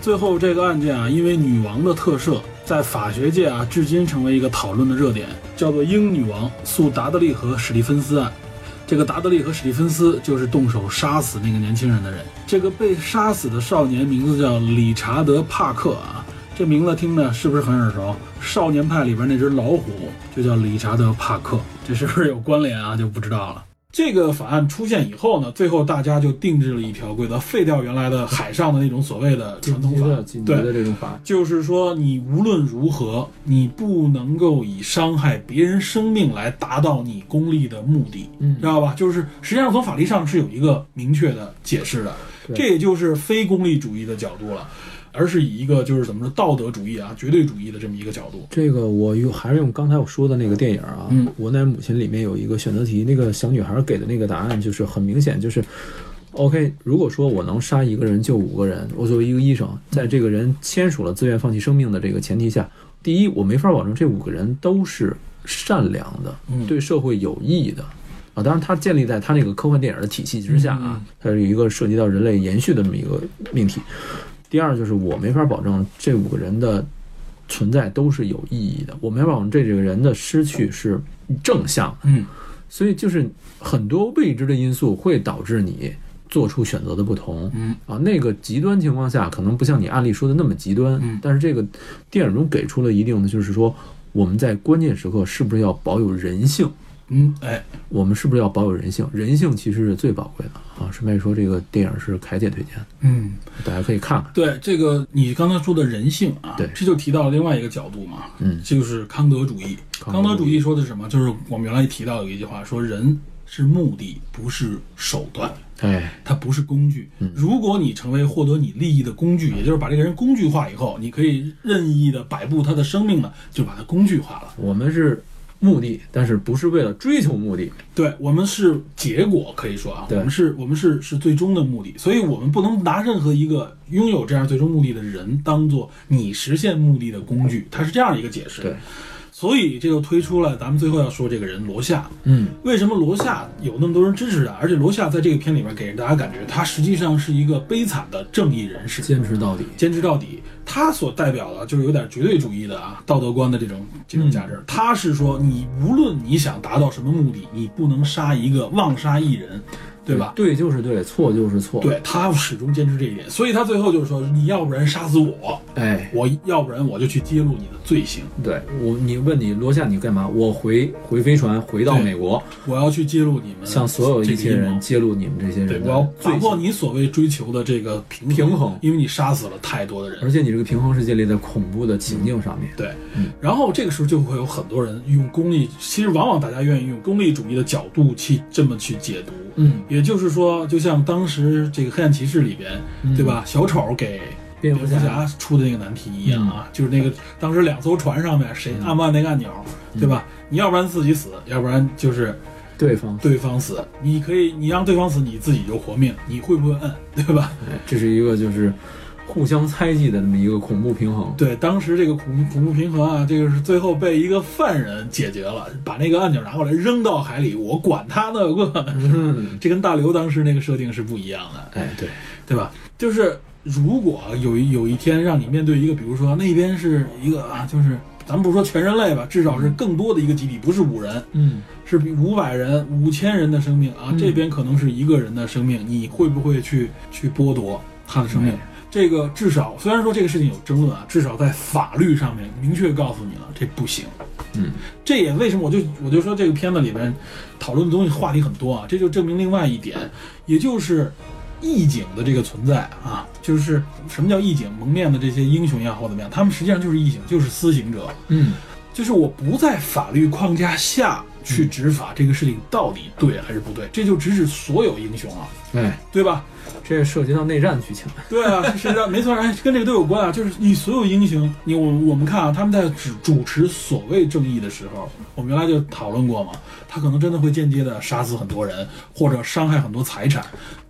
最后这个案件啊，因为女王的特赦，在法学界啊，至今成为一个讨论的热点，叫做“英女王诉达德利和史蒂芬斯案”。这个达德利和史蒂芬斯就是动手杀死那个年轻人的人。这个被杀死的少年名字叫理查德·帕克啊，这名字听着是不是很耳熟？少年派里边那只老虎就叫理查德·帕克，这是不是有关联啊？就不知道了。这个法案出现以后呢，最后大家就定制了一条规则，废掉原来的海上的那种所谓的传紧统急法的，紧急对，的这种法，就是说，你无论如何，你不能够以伤害别人生命来达到你功利的目的，嗯知道吧？就是实际上从法律上是有一个明确的解释的，对这也就是非功利主义的角度了，而是以一个就是怎么说道德主义啊、绝对主义的这么一个角度。这个我用还是用刚才我说的那个电影啊，嗯我乃母亲》里面有一个选择题，那个小女孩给的那个答案就是很明显，就是，OK，如果说我能杀一个人救五个人，我作为一个医生，在这个人签署了自愿放弃生命的这个前提下，第一，我没法保证这五个人都是善良的，嗯对社会有益的。啊，当然，它建立在它那个科幻电影的体系之下嗯啊，它有一个涉及到人类延续的这么一个命题。第二就是我没法保证这五个人的存在都是有意义的，我没法保证这几个人的失去是正向的，嗯，所以就是很多未知的因素会导致你做出选择的不同。嗯啊，那个极端情况下，可能不像你案例说的那么极端，嗯但是这个电影中给出了一定的，就是说我们在关键时刻是不是要保有人性？嗯，哎，我们是不是要保有人性？人性其实是最宝贵的啊！顺便说，这个电影是凯姐推荐的，嗯，大家可以看看。对这个你刚才说的人性啊，对这就提到了另外一个角度嘛，嗯就是康德主义。康德主义康德主义说的是什么？就是我们原来提到有一句话，说人是目的，不是手段。哎，它不是工具。嗯如果你成为获得你利益的工具，也就是把这个人工具化以后，你可以任意的摆布他的生命呢，就把它工具化了。我们是目的，但是不是为了追求目的？对我们是结果，可以说啊，我对们是我们是是最终的目的，所以我们不能拿任何一个拥有这样最终目的的人当做你实现目的的工具，它是这样一个解释。嗯对，所以这就推出了咱们最后要说这个人罗夏，嗯，为什么罗夏有那么多人支持他？啊而且罗夏在这个片里面给人大家感觉，他实际上是一个悲惨的正义人士，坚持到底。坚持到底。他所代表的就是有点绝对主义的啊，道德观的这种这种价值。他是说，你无论你想达到什么目的，你不能杀一个妄杀一人，对吧？对就是对，错就是错。，对他始终坚持这一点，所以他最后就是说，你要不然杀死我，哎，我要不然我就去揭露你的罪行，对我，你问你罗夏你干嘛？我回回飞船回到对美国，我要去揭露你们向所有这一个切阴谋人揭露你们这些对，人我要的罪打破行。你所谓追求的这个平衡平衡因为你杀死了太多的人而。且你这个平衡是建立在恐怖的情境上面。对嗯，然后这个时候就会有很多人用功利，其实往往大家愿意用功利主义的角度去这么去解读。嗯，也就是说，就像当时这个《黑暗骑士》里边，对吧？小丑给蝙蝠嗯蝙蝠侠出的那个难题一样啊，就是那个当时两艘船上面谁按不按那个按钮，对吧？你要不然自己死，要不然就是对方，对方死。你可以，你让对方死，你自己就活命，你会不会摁，对吧？哎这是一个就是互相猜忌的那么一个恐怖平衡。对，当时这个恐恐怖平衡啊，这个是最后被一个犯人解决了，把那个按钮拿过来扔到海里，我管他呢，我管他呢。嗯，这跟大刘当时那个设定是不一样的，哎，对，对吧？就是如果有一有一天让你面对一个，比如说那边是一个啊，就是咱不说全人类吧，至少是更多的一个集体，不是五人，嗯，是五百人、五千人的生命啊，这边可能是一个人的生命，你会不会去去剥夺他的生命没？这个至少虽然说这个事情有争论啊，至少在法律上面明确告诉你了，这不行。嗯，这也为什么我就我就说这个片子里边讨论的东西话题很多啊，这就证明另外一点，也就是义警的这个存在啊，就是什么叫义警？蒙面的这些英雄呀或怎么样，他们实际上就是义警，就是私刑者。嗯，就是我不在法律框架下去执法，这个事情到底对还是不对，这就直指所有英雄啊，哎，对吧？这涉及到内战剧情。对 [LAUGHS] 啊，是的，没错，哎，跟这个都有关啊。就是你所有英雄，你我我们看啊，他们在主主持所谓正义的时候，我们原来就讨论过嘛，他可能真的会间接的杀死很多人，或者伤害很多财产，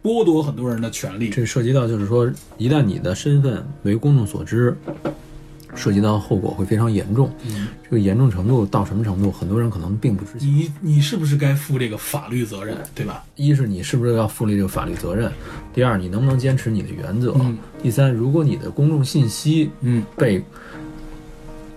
剥夺很多人的权利。这涉及到就是说，一旦你的身份为公众所知，涉及到后果会非常严重。嗯这个严重程度到什么程度，很多人可能并不知情。你你是不是该负这个法律责任，对吧？一是你是不是要负这个法律责任，第二你能不能坚持你的原则，嗯第三如果你的公众信息嗯被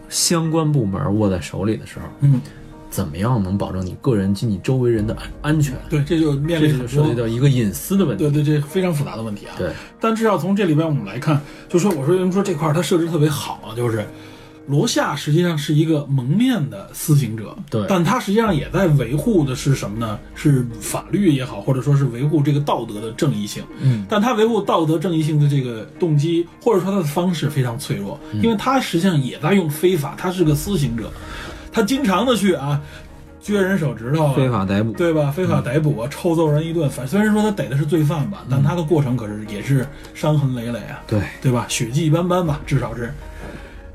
相关部门握在手里的时候，嗯，怎么样能保证你个人及你周围人的安安全？对，这就面这临就很涉及多。到一个隐私的问题。对对，这非常复杂的问题啊。对，但至少从这里边我们来看， [LAUGHS] 就说我说为什么说这块儿它设置特别好啊，就是罗夏实际上是一个蒙面的私刑者，对但他实际上也在维护的是什么呢？是法律也好，或者说是维护这个道德的正义性。嗯，但他维护道德正义性的这个动机，或者说他的方式非常脆弱，嗯因为他实际上也在用非法，他是个私刑者，他经常的去啊撅人手指头啊，非法逮捕。对吧？非法逮捕啊，臭揍人一顿，反虽然说他逮的是罪犯吧，但他的过程可是也是伤痕累累啊，对，对吧？血迹斑斑吧，至少是。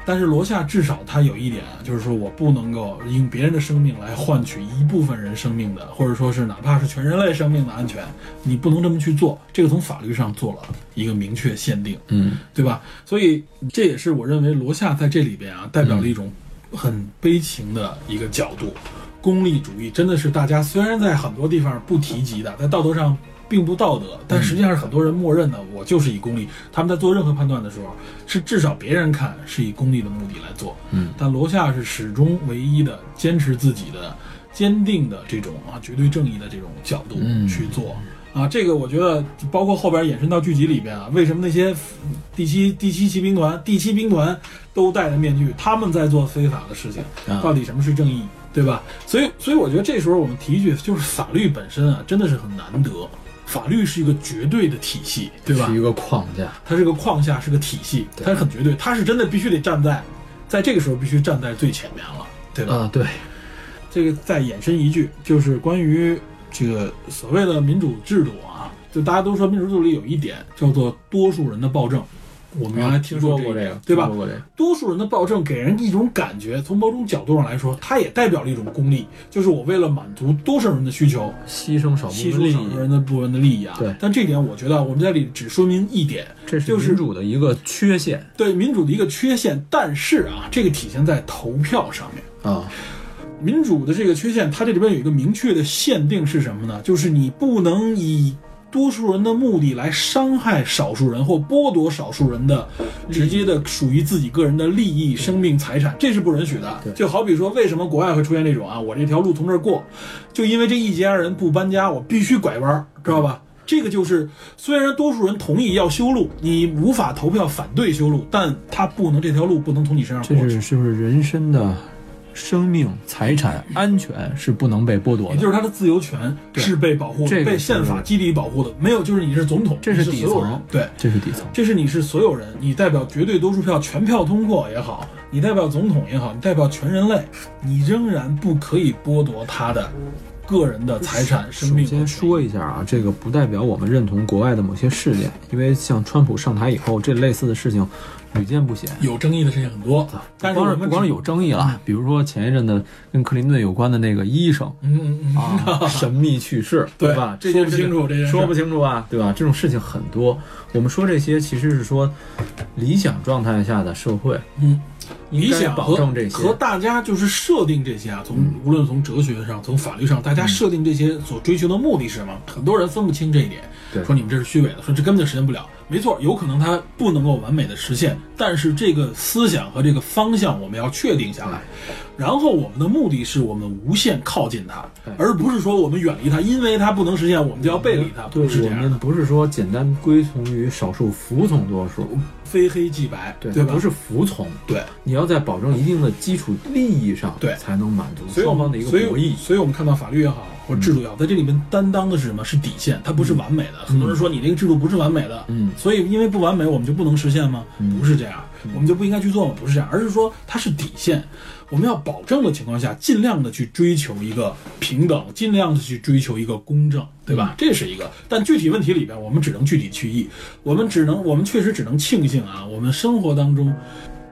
但是罗夏至少他有一点啊，就是说我不能够用别人的生命来换取一部分人生命的，或者说是哪怕是全人类生命的安全，你不能这么去做。这个从法律上做了一个明确限定。嗯，对吧？所以这也是我认为罗夏在这里边啊，代表了一种很悲情的一个角度。功利主义真的是大家虽然在很多地方不提及的，在道德上并不道德，但实际上是很多人默认的，我就是以功利。他们在做任何判断的时候，是至少别人看是以功利的目的来做。嗯，但罗夏是始终唯一的坚持自己的坚定的这种啊绝对正义的这种角度嗯去做。啊，这个我觉得包括后边衍生到剧集里边啊，为什么那些第七第七骑兵团、第七兵团都戴着面具，他们在做非法的事情，啊到底什么是正义，对吧？所以，所以我觉得这时候我们提一句，就是法律本身啊，真的是很难得。法律是一个绝对的体系，对吧是一？个框架。它是个框架，是个体系，它是很绝对，它是真的必须得站在，在这个时候必须站在最前面了，对吧？啊，对，这个再衍生一句，就是关于这个所谓的民主制度啊，就大家都说民主制度里有一点叫做多数人的暴政，我们原来听说过这这个，对吧听？说过这个，多数人的暴政给人一种感觉，从某种角度上来说，它也代表了一种功利，就是我为了满足多数人的需求，牺牲少牺部分利牲少数人益，的部分的利益啊。对但这点我觉得我们在这里只说明一点，这是就是民主的一个缺陷对民主的一个缺陷。但是啊，这个体现在投票上面。啊。民主的这个缺陷，它这里边有一个明确的限定是什么呢？就是你不能以多数人的目的来伤害少数人或剥夺少数人的直接的属于自己个人的利益、生命、财产，这是不允许的。就好比说，为什么国外会出现这种啊，我这条路从这儿过，就因为这一家人不搬家，我必须拐弯儿，知道吧？这个就是，虽然多数人同意要修路，你无法投票反对修路，但他不能这条路不能从你身上这过去是，是不是人身的生命、财产安全是不能被剥夺也就的？是他的自由权是被保护的、这个被宪法基底保护的。没有，就是你是总统，这是你底所有人层，对，这是底层。这是你是所有人，你代表绝对多数票，全票通过也好，你代表总统也好，你代表全人类，你仍然不可以剥夺他的个人的财产、生首命。先说一下啊，这个不代表我们认同国外的某些事件，因为像川普上台以后，这类似的事情屡见不鲜。有争议的事情很多，但是啊不我光们不光是嗯只有，争议了，比如说前一阵的跟克林顿有关的那个医生嗯嗯嗯， [LAUGHS] 啊，神秘去世，对吧？这说件不事情清楚这件事说不清楚吧，对吧？这种事情很多。我们说这些其实是说理想状态下的社会，嗯，应理该想保和证这和些。嗯大家就是设定这些啊，从无论从哲学上，从法律上，大家设定这些所追求的目的是什么？很多人分不清这一点，对说你们这是虚伪的，说这根本就实现不了。没错，有可能它不能够完美的实现，但是这个思想和这个方向我们要确定下来，嗯然后我们的目的是我们无限靠近它对，而不是说我们远离它，因为它不能实现，我们就要背离它，对不是这我样的，们不是说简单归从于少数服从多数，非黑即白，对，对吧？不是服从，对。你要在保证一定的基础利益上，对才能满足所以我双们方的一个所以博弈。嗯所以我们看到法律也好，或者制度也好，在这里面担当的是什么？是底线，它不是完美的。很多人说你这个制度不是完美的，嗯所以因为不完美，我们就不能实现吗？不是这样，我们就不应该去做吗？不是这样，而是说它是底线，我们要保证的情况下，尽量的去追求一个平等，尽量的去追求一个公正，对嗯吧？这是一个，但具体问题里边，我们只能具体去议，我们只能，我们确实只能庆幸啊，我们生活当中。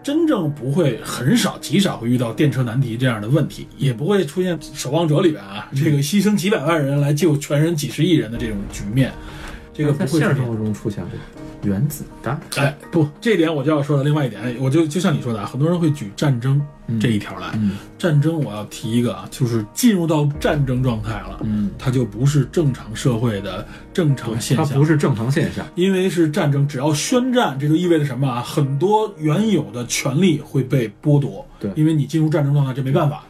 真正不会很少极少会遇到电车难题这样的问题，也不会出现《守望者》里边啊嗯这个牺牲几百万人来救全人几十亿人的这种局面，这个不在会出现实现生。活中出现过原子弹，哎，不，这点我就要说到另外一点，我就就像你说的，啊，很多人会举战争这一条来。嗯战争我要提一个啊，就是进入到战争状态了，嗯，它就不是正常社会的正常现它象。不是正常现象。因为是战争，只要宣战，这就意味着什么啊？很多原有的权利会被剥夺。对因为你进入战争状态，这没办法，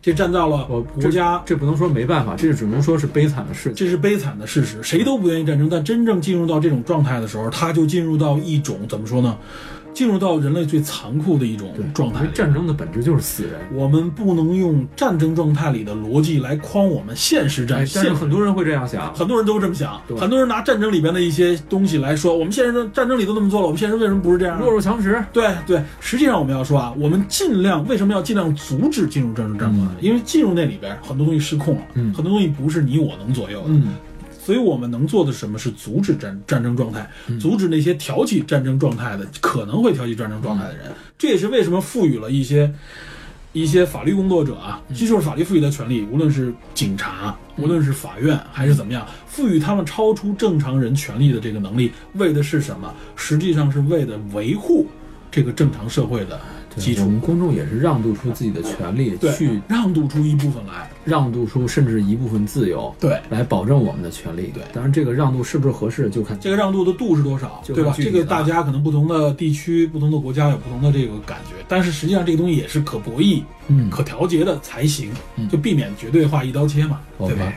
这占到了我国家，这不能说没办法，这只能说是悲惨的事情。这是悲惨的事实，谁都不愿意战争。但真正进入到这种状态的时候，它就进入到一种怎么说呢？进入到人类最残酷的一种状态因为里。战争的本质就是死人。我们不能用战争状态里的逻辑来框我们现实哎战，，但是现很多人会这样想，很多人都这么想，对很多人拿战争里边的一些东西来说，我们现实战争里都那么做了，我们现实为什么不是这样呢？弱肉强食。对对，实际上我们要说啊，我们尽量为什么要尽量阻止进入战争状态？因为进入那里边很多东西失控了，嗯很多东西不是你我能左右的，嗯，所以我们能做的是什么是阻止战战争状态，阻止那些挑起战争状态的可能会挑起战争状态的人。这也是为什么赋予了一些一些法律工作者啊，这就是法律赋予的权利，无论是警察，无论是法院，还是怎么样，赋予他们超出正常人权利的这个能力，为的是什么？实际上是为了维护这个正常社会的对基础我们公众也是让渡出自己的权利，对，去让渡出一部分来，让渡出甚至一部分自由，对，来保证我们的权利。对当然这个让渡是不是合适，就看这个让渡的度是多少，就对吧？看距这离个了大家可能不同的地区、不同的国家有不同的这个感觉，但是实际上这个东西也是可博弈、嗯可调节的才行，嗯就避免绝对化一刀切嘛，对 OK 吧？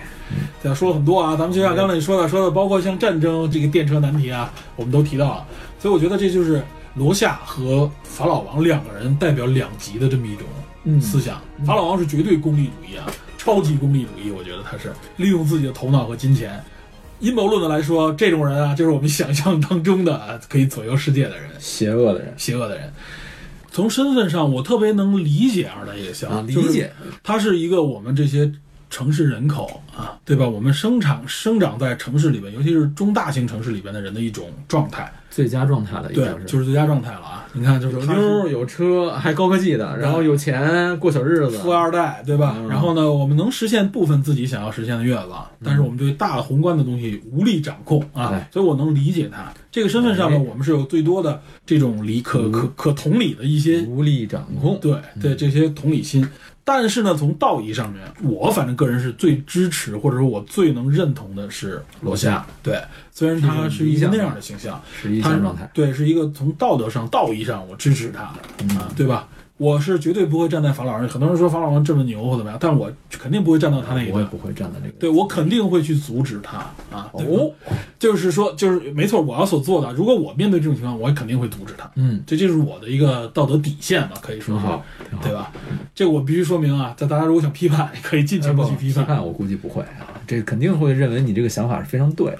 大家说了很多啊，咱们就像刚才你说的，说的包括像战争这个电车难题啊，我们都提到了，所以我觉得这就是罗夏和法老王两个人代表两极的这么一种嗯思想。法老王是绝对功利主义啊，超级功利主义，我觉得他是利用自己的头脑和金钱。阴谋论的来说，这种人啊，就是我们想象当中的啊可以左右世界的人，邪恶的人邪恶的人。从身份上，我特别能理解二代夜宵啊，理就是解它是一个我们这些城市人口啊，对吧？我们生长生长在城市里边，尤其是中大型城市里边的人的一种状态，最佳状态了，已对经，就是是最佳状态了啊！你看，就是有他妞是儿有车还高科技的，然后有钱过小日子，富二代，对吧？嗯然后呢，我们能实现部分自己想要实现的愿望，但是我们对大宏观的东西无力掌控对啊，所以我能理解他这个身份上呢，哎嗯我们是有最多的这种理可可可同理的一些无力掌控，嗯对对，这些同理心。但是呢，从道义上面，我反正个人是最支持，或者说我最能认同的是罗夏。对，虽然他是一个那样的形象，是一他项状态。对是一个从道德上、道义上我支持他嗯的啊，对吧？我是绝对不会站在法老人，很多人说法老人这么牛或怎么样，但我肯定不会站到他那一我也端。不哦会站在这个对，我肯定会去阻止他啊！对吧，就是说，就是没错，我要所做的，如果我面对这种情况，我肯定会阻止他。嗯，这就是我的一个道德底线吧，可以说挺是好，挺好对。吧？这个我必须说明啊，在大家如果想批判，可以尽情的去批判，判我估计哎不会啊，这肯定会认为你这个想法是非常对的。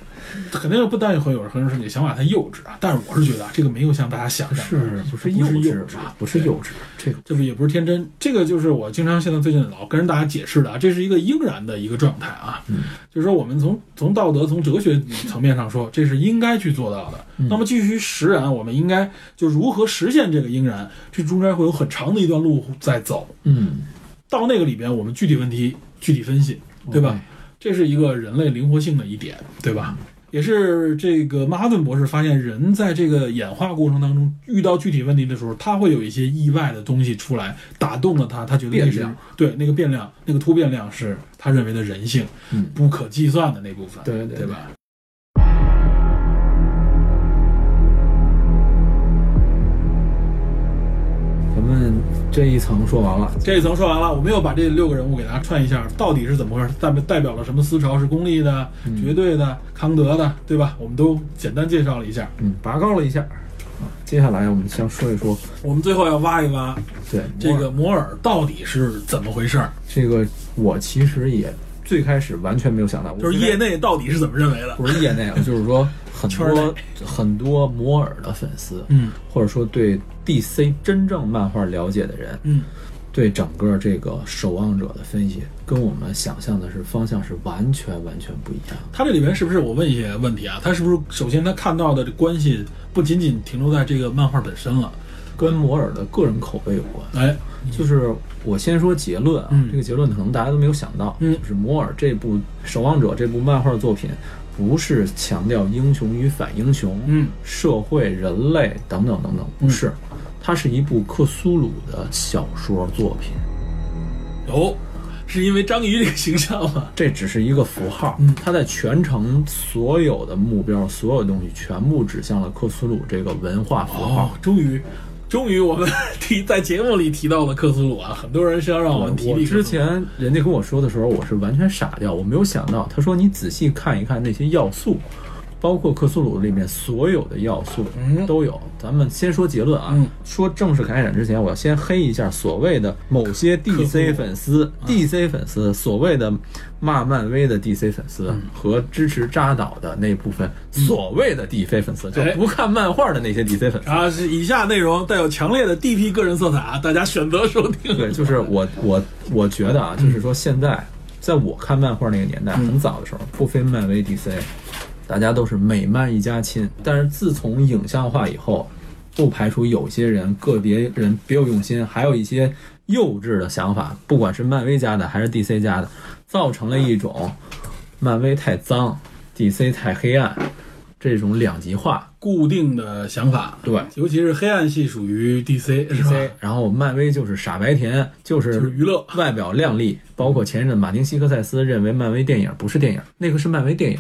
肯定不但会有人很多人说你的想法太幼稚啊，但是我是觉得啊，这个没有像大家想象的，不是是幼幼稚稚啊吧不是幼稚，这个这不也不是天真，这个就是我经常现在最近老跟大家解释的啊，这是一个应然的一个状态啊，嗯就是说我们从从道德、从哲学层面上说，这是应该去做到的。嗯那么至于实然，我们应该就如何实现这个应然，这中间会有很长的一段路在走，嗯，到那个里边，我们具体问题具体分析，对吧 OK 这是一个人类灵活性的一点，对吧？也是这个曼哈顿博士发现，人在这个演化过程当中遇到具体问题的时候，他会有一些意外的东西出来打动了他，他觉得那变是量对那个变量，那个突变量是他认为的人性、嗯不可计算的那部分，对对对吧？咱们这一层说完了，这一层说完了，我们又把这六个人物给大家串一下，到底是怎么回事？代表代表了什么思潮？是功利的、嗯绝对的、康德的，对吧？我们都简单介绍了一下。嗯，拔高了一下。啊接下来我们先说一说，我们最后要挖一挖对这摩尔个摩尔到底是怎么回事儿，这个，我其实也最开始完全没有想到，就是业内到底是怎么认为的。不是业内啊，就是说很圈内多很多摩尔的粉丝，嗯或者说对 DC 真正漫画了解的人，嗯，对整个这个守望者的分析，跟我们想象的是方向是完全完全不一样。他这里边是不是我问一些问题啊？他是不是首先他看到的这关系不仅仅停留在这个漫画本身了？跟摩尔的个人口碑有关。哎，就是我先说结论啊，嗯这个结论可能大家都没有想到，嗯就是摩尔这部《守望者》这部漫画作品，不是强调英雄与反英雄、嗯社会、人类等等等等，不是，它是一部克苏鲁的小说作品，有，是因为章鱼这个形象吗？这只是一个符号，它在全程所有的目标、所有东西全部指向了克苏鲁这个文化符号。哦，终于。终于，我们提在节目里提到了克苏鲁啊，很多人是要让我们提我及克苏鲁。之前人家跟我说的时候，我是完全傻掉，我没有想到。他说你仔细看一看那些要素，包括克苏鲁里面所有的要素嗯都有。咱们先说结论啊，嗯说正式开展之前，我要先黑一下所谓的某些客 DC 户粉丝、d 嗯 c 粉丝所谓的骂漫威的 DC 粉丝、嗯和支持扎导的那部分所谓的 DC 粉丝，就哎不看漫画的那些 DC 粉丝。啊，是以下内容带有强烈的 DP 个人色彩啊，大家选择收听。 [LAUGHS] 对，就是我我我觉得啊，就是说现在，在我看漫画那个年代，很早的时候，不分漫威、DC，大家都是美漫一家亲。但是自从影像化以后，不排除有些人个别人别有用心，还有一些幼稚的想法，不管是漫威家的还是 DC 家的，造成了一种漫威太脏，DC 太黑暗。这种两极化。固定的想法，对尤其是黑暗系属于 DC 是吧？然后漫威就是傻白甜，就是就是娱乐外表靓丽。包括前任马丁·西克塞斯认为漫威电影不是电影，那个是漫威电影。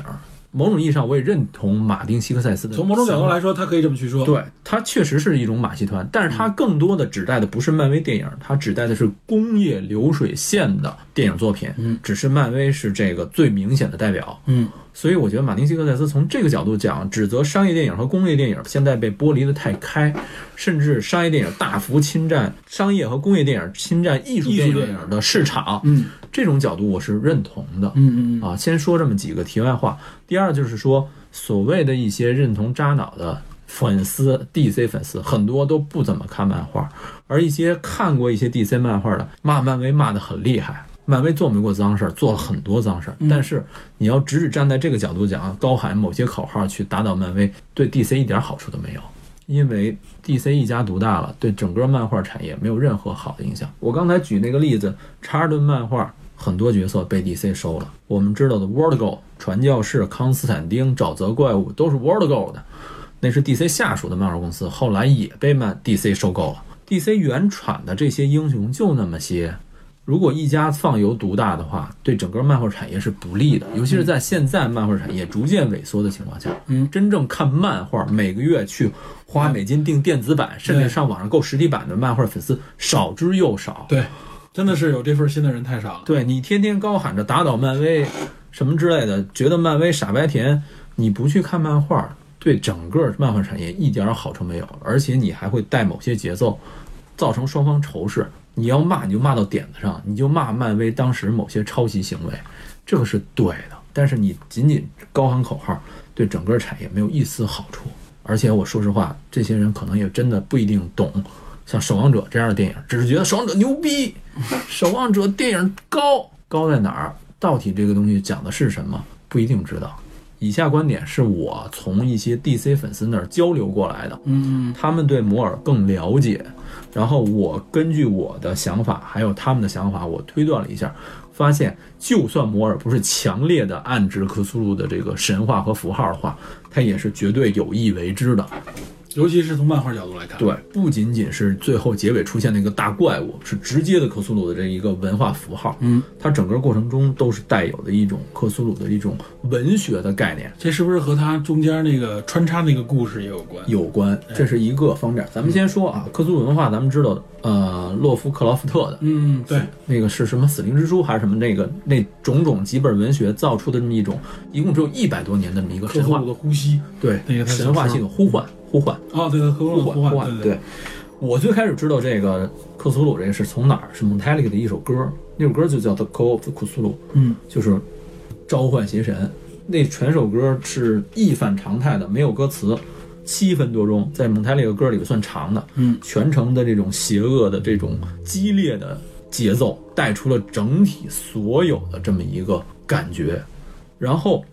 某种意义上，我也认同马丁·西克塞斯的。从某种角度来，说，他可以这么去说。对它确实是一种马戏团，但是它更多的指代的不是漫威电影，它指代的是工业流水线的电影作品。嗯，只是漫威是这个最明显的代表。嗯，所以我觉得马丁·西克塞斯从这个角度讲，指责商业电影和工业电影现在被剥离的太开，甚至商业电影大幅侵占商业和工业电影侵占艺术艺术电电影影的市场，嗯这种角度我是认同的。嗯嗯嗯，啊，先说这么几个题外话。第二就是说，所谓的一些认同扎导的粉丝，DC 粉丝很多都不怎么看漫画，而一些看过一些 DC 漫画的，骂漫威骂得很厉害。漫威做没过脏事儿，做了很多脏事儿，但是你要只是站在这个角度讲，高喊某些口号去打倒漫威，对 DC 一点好处都没有。因为 DC 一家独大了，对整个漫画产业没有任何好的影响。我刚才举那个例子，查尔顿漫画很多角色被 DC 收了，我们知道的 Vertigo、传教士、康斯坦丁、沼泽怪物都是 Vertigo 的，那是 DC 下属的漫画公司，后来也被漫 DC 收购了。DC 原产的这些英雄就那么些，如果一家放游独大的话，对整个漫画产业是不利的，尤其是在现在漫画产业逐渐萎缩的情况下，嗯，真正看漫画，每个月去花美金订电子版，甚至上网上购实体版的漫画粉丝少之又少。对，真的是有这份心的人太少了。对你天天高喊着打倒漫威什么之类的，觉得漫威傻白甜，你不去看漫画，对整个漫画产业一点好处没有，而且你还会带某些节奏，造成双方仇视。你要骂你就骂到点子上，你就骂漫威当时某些抄袭行为，这个是对的。但是你仅仅高喊口号，对整个产业没有一丝好处。而且我说实话，这些人可能也真的不一定懂，像《守望者》这样的电影，只是觉得《守望者》牛逼，《守望者》电影高高在哪儿？到底这个东西讲的是什么？不一定知道。以下观点是我从一些 DC 粉丝那儿交流过来的，嗯，他们对摩尔更了解，然后我根据我的想法，还有他们的想法，我推断了一下，发现就算摩尔不是强烈的暗指克苏鲁的这个神话和符号的话，他也是绝对有意为之的。尤其是从漫画角度来看，，对，不仅仅是最后结尾出现那个大怪物，是直接的克苏鲁的这一个文化符号，嗯，它整个过程中都是带有的一种克苏鲁的一种文学的概念这是不是和他中间那个穿插那个故事也有关？有关，哎这是一个方面。咱们先说啊，克苏鲁文化，咱们知道，呃，洛夫克劳夫特的嗯，对，那个是什么《死灵之书》还是什么那个那种种几本文学造出的这么一种，一共只有一百多年的这么一个克神苏话鲁，的呼吸。对那个，他小神话时候系统呼唤呼唤。哦，对对，克苏鲁的呼唤，对对，我最开始知道这个克苏鲁这个是从哪儿？是 Metallica 的一首歌，那首歌就叫《The Call of Cthulhu》，嗯，就是召唤邪神。那全首歌是一反常态的，没有歌词，七分多钟，在 Metallica 歌里边算长的。嗯，全程的这种邪恶的、这种激烈的节奏，带出了整体所有的这么一个感觉。然后，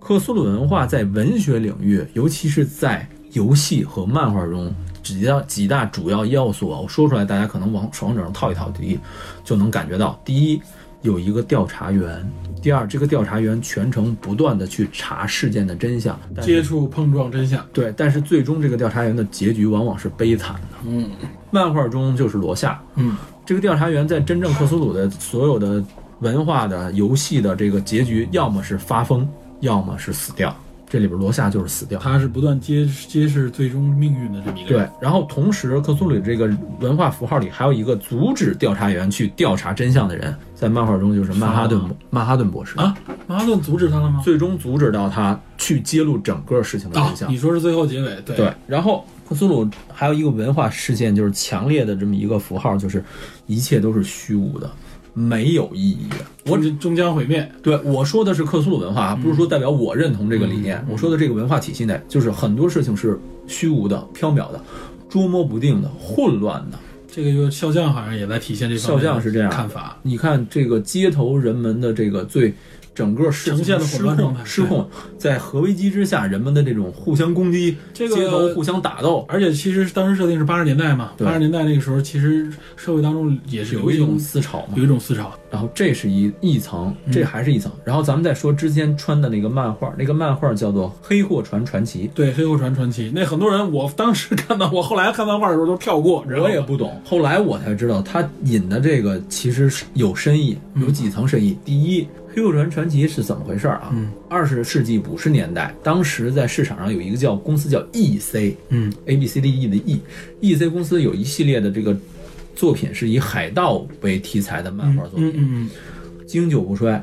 克苏鲁文化在文学领域，尤其是在游戏和漫画中，几大几大主要要素啊，我说出来，大家可能往守望者上套一套，第一就能感觉到，第一有一个调查员，第二这个调查员全程不断的去查事件的真相，但是接触碰撞真相。对，但是最终这个调查员的结局往往是悲惨的。嗯漫画中就是罗夏，嗯，这个调查员在真正克苏鲁的所有的文化的游戏的这个结局，要么是发疯，要么是死掉。这里边罗夏就是死掉。他是不断揭揭示最终命运的这么一个人。对，然后同时，克苏鲁这个文化符号里还有一个阻止调查员去调查真相的人，在漫画中就是曼哈顿博曼哈顿博士，啊，曼哈顿阻止他了吗？最终阻止到他去揭露整个事情的啊真，相你。说是最后结尾，对对，然后克苏鲁还有一个文化事件，就是强烈的这么一个符号，就是一切都是虚无的，没有意义的。我只终将毁灭。对我说的是克苏鲁文化啊，不是说代表我认同这个理念。嗯我说的这个文化体系内，就是很多事情是虚无的、缥缈的、捉摸不定的、混乱的。这个就笑匠好像也在体现这方面的笑匠是这样看法。你看这个街头人们的这个最整个事呈情现了失混乱状控态， [LAUGHS] 失控在核危机之下，人们的这种互相攻击，这个街头互相打斗，而且其实当时设定是八十年代嘛，对八十年代那个时候，其实社会当中也是有一一种种思潮嘛有。一种思潮，然后这是一一层，嗯这还是一层。然后咱们再说之前穿的那个漫画，那个漫画叫做《黑货船传奇》。对《黑货船传奇》那很多人，我当时看到，我后来看漫画的时候都跳过，我也不懂，后来我才知道，他引的这个其实是有深意，嗯有几层深意。第一，《黑货船传奇》是怎么回事儿嗯啊？二十、世纪五十年代，当时在市场上有一个叫公司叫 EC，嗯，A B C D E 的 E，EC 公司有一系列的这个作品是以海盗为题材的漫画作品，嗯嗯经久不衰，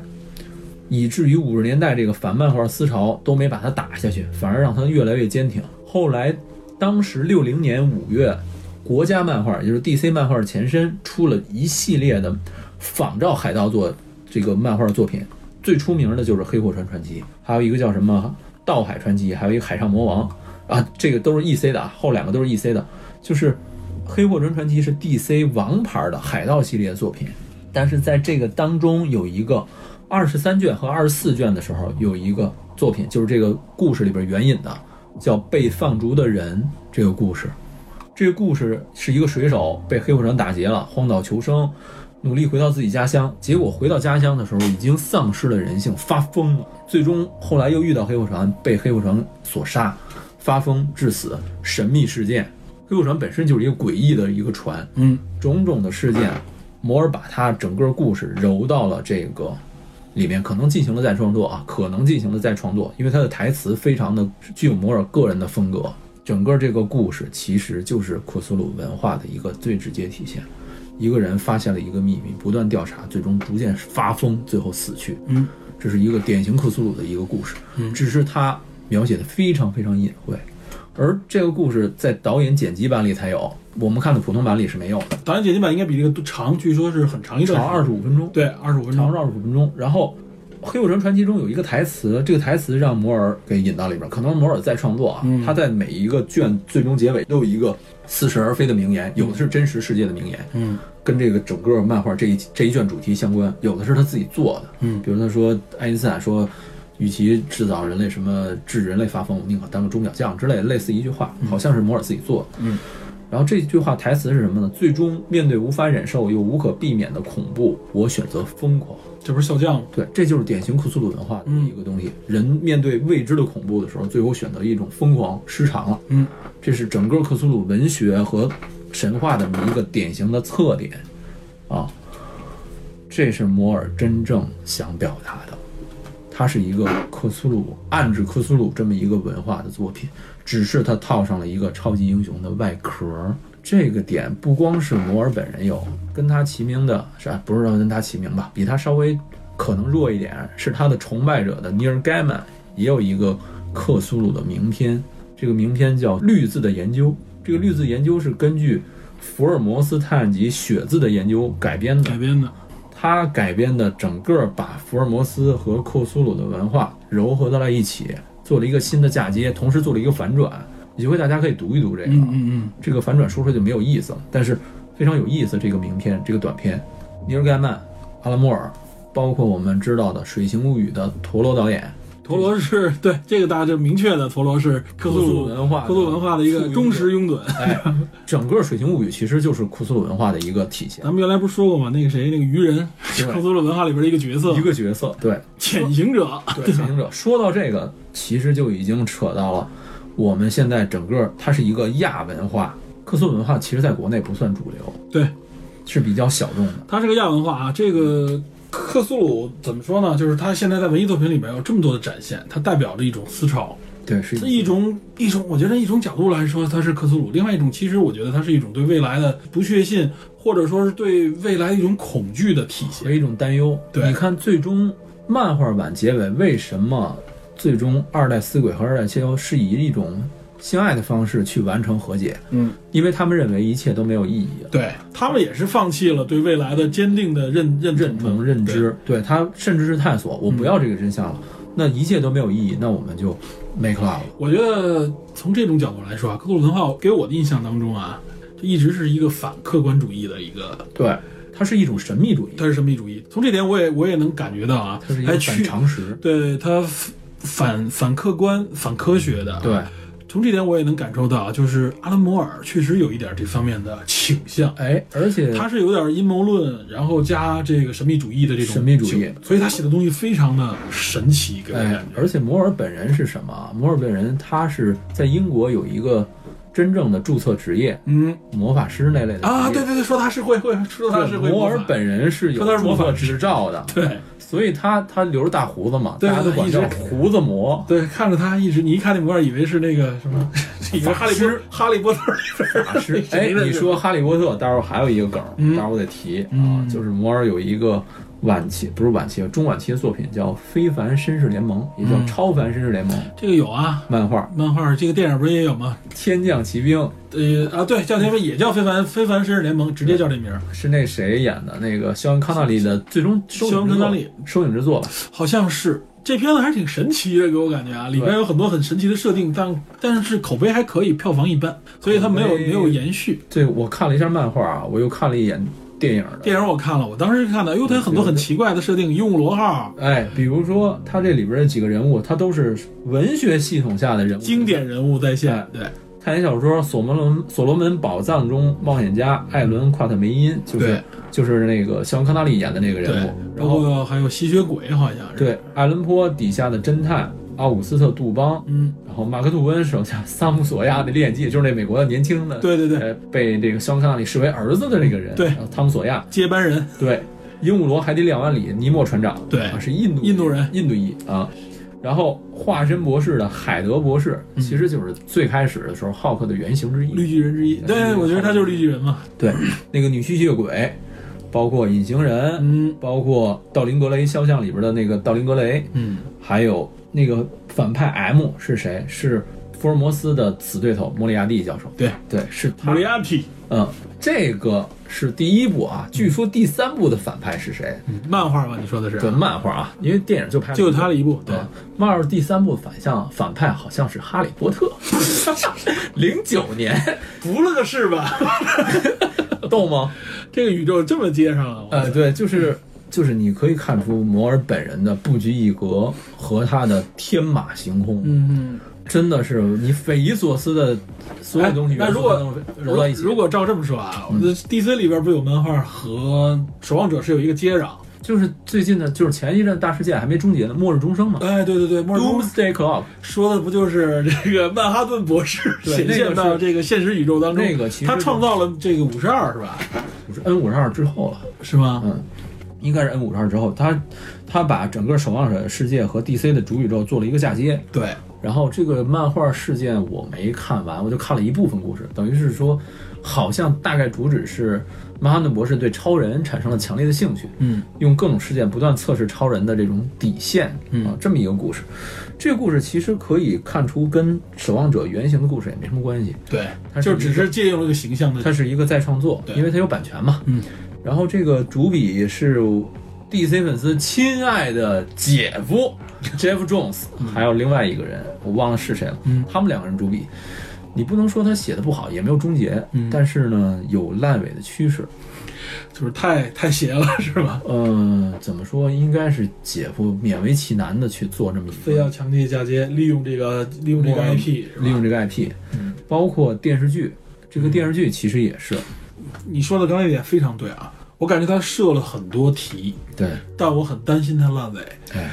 以至于五十年代这个反漫画思潮都没把它打下去，反而让它越来越坚挺。后来，当时六零年五月，国家漫画也就是 DC 漫画的前身出了一系列的仿照海盗作这个漫画作品，最出名的就是《黑货船传奇》，还有一个叫什么《盗海传奇》，还有一个《海上魔王》啊，这个都是 EC 的啊，后两个都是 EC 的，就是《黑货船传奇》是 DC 王牌的海盗系列作品。但是在这个当中有一个二十三卷和二十四卷的时候，有一个作品，就是这个故事里边援引的，叫《被放逐的人》这个故事。这个故事是一个水手被黑火船打劫了，荒岛求生，努力回到自己家乡。结果回到家乡的时候，已经丧失了人性，发疯了。最终后来又遇到黑火船，被黑火船所杀，发疯致死。神秘事件，黑火船本身就是一个诡异的一个船，嗯，种种的事件，摩尔把他整个故事揉到了这个里面，可能进行了再创作啊，可能进行了再创作，因为他的台词非常的具有摩尔个人的风格。整个这个故事其实就是库苏鲁文化的一个最直接体现。一个人发现了一个秘密，不断调查，最终逐渐发疯，最后死去。嗯，这是一个典型克苏鲁的一个故事，嗯、只是它描写的非常非常隐晦。而这个故事在导演剪辑版里才有，我们看的普通版里是没有的，嗯导演剪辑版应该比这个长，据说是很长一段时间，长二十五分钟。对二十五分长钟，绕十五分钟。然后《黑火船传奇》中有一个台词，这个台词让摩尔给引到里边，可能是摩尔在创作啊，他在每一个卷最终结尾都有一个似是而非的名言，有的是真实世界的名言，嗯，跟这个整个漫画这一这一卷主题相关，有的是他自己做的，嗯比如他说爱因斯坦说。与其制造人类什么致人类发疯，我宁可当个钟表匠之类的，类似一句话，好像是摩尔自己做的。然后这句话台词是什么呢？最终面对无法忍受又无可避免的恐怖，我选择疯狂。这不是笑匠吗？对，这就是典型库苏鲁文化的一个东西。人面对未知的恐怖的时候，最后选择一种疯狂失常了。嗯，这是整个库苏鲁文学和神话的一个典型的特点啊。这是摩尔真正想表达的，它是一个克苏鲁暗指克苏鲁这么一个文化的作品，只是它套上了一个超级英雄的外壳儿。这个点不光是摩尔本人有，跟他齐名的是吧？不是说跟他齐名吧，比他稍微可能弱一点，是他的崇拜者的尼尔盖曼也有一个克苏鲁的名篇，这个名篇叫《绿字的研究》。这个《绿字研究》是根据福尔摩斯探案集《血字的研究》改编的改，编的，他改编的整个把福尔摩斯和克苏鲁的文化糅合到了一起，做了一个新的嫁接，同时做了一个反转。有机会大家可以读一读这个，嗯嗯这个反转说出来就没有意思了，但是非常有意思。这个名片，这个短片，尼尔盖曼、阿拉莫尔，包括我们知道的《水形物语》的陀螺导演，嗯，陀螺是对这个大家就明确的，陀螺是克苏克苏鲁鲁文化的克苏鲁文化的一附庸个者忠实拥趸。哎，整个《水形物语》其实就是库苏鲁文化的一个体现，咱们原来不是说过吗？那个谁，那个鱼人，对克苏鲁文化里边的一个角色一，个角色，对，潜行者。 [LAUGHS] 对，潜行者。说到这个，其实就已经扯到了我们现在整个它是一个亚文化，克苏鲁文化其实在国内不算主流，对，是比较小众的。它是个亚文化啊。这个克苏鲁怎么说呢？就是它现在在文艺作品里边有这么多的展现，它代表着一种思潮，对，是它一种一种，我觉得一种角度来说它是克苏鲁，另外一种其实我觉得它是一种对未来的不确信，或者说是对未来的一种恐惧的体和现。一种担忧。对你看最终漫画版结尾为什么最终二代死鬼和二代切妖是以一种性爱的方式去完成和解？嗯，因为他们认为一切都没有意义了。对他们也是放弃了对未来的坚定的认认认同、认嗯对嗯知，对他甚至是探索，我不要这个真相了，那一切都没有意义，那我们就 make love 了。我觉得从这种角度来说啊，克苏鲁文化给我的印象当中啊，这一直是一个反客观主义的一个对，它是一种神秘主义，他是神秘主义。从这点我也我也能感觉到啊它是，一还个反去常识。对他反反客观、反科学的。啊对，从这点我也能感受到，啊就是阿兰摩尔确实有一点这方面的倾向，哎，而且他是有点阴谋论，然后加这个神秘主义的这种神秘主义倾，所以他写的东西非常的神奇，给我哎感，觉。而且摩尔本人是什么啊？摩尔本人他是在英国有一个真正的注册职业，嗯魔法师那类的啊，职对业对对，说他是会会，说他是会摩尔魔法本人是说他有是魔注法册师执照的，对所以他他留着大胡子嘛，对大家都管叫一直胡子魔。对，看着他一直，你一看那模样，以为是那个什 [LAUGHS] 么，以为哈利波哈利波特里边儿，法师 [LAUGHS] 哎，你说《哈利波特》，待会儿还有一个梗，嗯待会儿我得提啊嗯，就是摩尔有一个晚期，不是晚期，啊中晚期的作品叫《非凡绅士联盟》，也叫嗯《超凡绅士联盟》这个有啊，漫画，《漫画这个电影不是也有吗？天降奇兵》呃啊，对，叫什么也叫非凡非凡绅士联盟，直接叫这名儿，是那谁演的？那个肖恩·康纳利的最终收肖影恩之康纳作利，收影之作吧？好像是。这片子还是挺神奇的，给我感觉啊，里边有很多很神奇的设定，但但是口碑还可以，票房一般，所以它没有口碑没有延续。对，我看了一下漫画啊，我又看了一眼电影的电影我看了，我当时看到，哟，它有很多很奇怪的设定，鹦鹉螺号、哎，比如说他这里边的几个人物，他都是文学系统下的人物，经典人物在线哎，对，探险小说《所罗门所罗门宝藏》中冒险家艾伦·夸特梅因，就是对就是那个肖恩·康纳利演的那个人对物，，然包后括还有吸血鬼，好像是。，对艾伦坡底下的侦探阿伍斯特·杜邦，嗯，然后马克·吐温手下萨姆索亚的猎记，就是那美国的年轻的，对对对，呃，被这个肖恩·康纳利视为儿子的这个人，啊对，汤姆·索亚，接班人，对，鹦鹉螺海底两万里，尼莫船长，对啊是印度印度人印度裔啊。然后化身博士的海德博士，嗯其实就是最开始的时候浩克的原型之嗯绿一。巨人之一。对，我觉得他就是绿巨人嘛。对， [CLEARS THROAT] 那个女吸血鬼，包括隐形人，嗯包括道林格雷肖像里边的那个道林格雷，嗯，还有那个反派 M 是谁？是福尔摩斯的死对头莫里亚蒂教授。对对，是他莫里亚蒂，嗯，这个是第一部啊。据说第三部的反派是谁？漫画吧？你说的对是？漫画啊，因为电影就拍了嗯就他的一部，对对，，漫画第三部反向反派好像是哈利波特，零九年， [LAUGHS] 服了个是吧？ [LAUGHS] 逗吗？这个宇宙这么接上了，我呃，对，就是就是你可以看出摩尔本人的不拘一格和他的天马行空，嗯嗯。真的是你匪夷所思的所有东西哎那元素如果都能揉如到果一起，如果照这么说啊，我觉得 DC 里边不有漫画和守望者是有一个接壤？就是最近的，就是前一阵大事件还没终结呢，末日终生嘛。哎，对对对，莫尔中呃 Doomsday Clock 说的不就是这个曼哈顿博士 [LAUGHS] 对显那现个是到这个现实嗯宇宙当中？那个其实他创造了这个五十二是吧？不是 N 五十二之后了，是吗？嗯，应该是 N 五十二之后，他他把整个守望者世界和 DC 的主宇宙做了一个嫁接。对，然后这个漫画事件我没看完，我就看了一部分故事，等于是说，好像大概主旨是曼哈顿博士对超人产生了强烈的兴趣，嗯，用各种事件不断测试超人的这种底线，嗯啊，这么一个故事。这个故事其实可以看出跟守望者原型的故事也没什么关系，对，它就是只是借用了个形象的它是一个再创作，对因为它有版权嘛。嗯，然后这个主笔是 DC 粉丝亲爱的姐 [LAUGHS] 夫 Jeff Jones，、还有另外一个人，我忘了是谁了。嗯他们两个人主笔，你不能说他写的不好，也没有终结，嗯但是呢，有烂尾的趋势。就是太太邪了，是吧？嗯、怎么说？应该是姐夫勉为其难的去做这么一非个要强力嫁接，利用这个利用这个我 IP，是吧利用这个 IP，、包括电视剧。这个电视剧其实也是，嗯你说的刚才一点非常对啊，我感觉他设了很多题，对，但我很担心他烂尾。哎，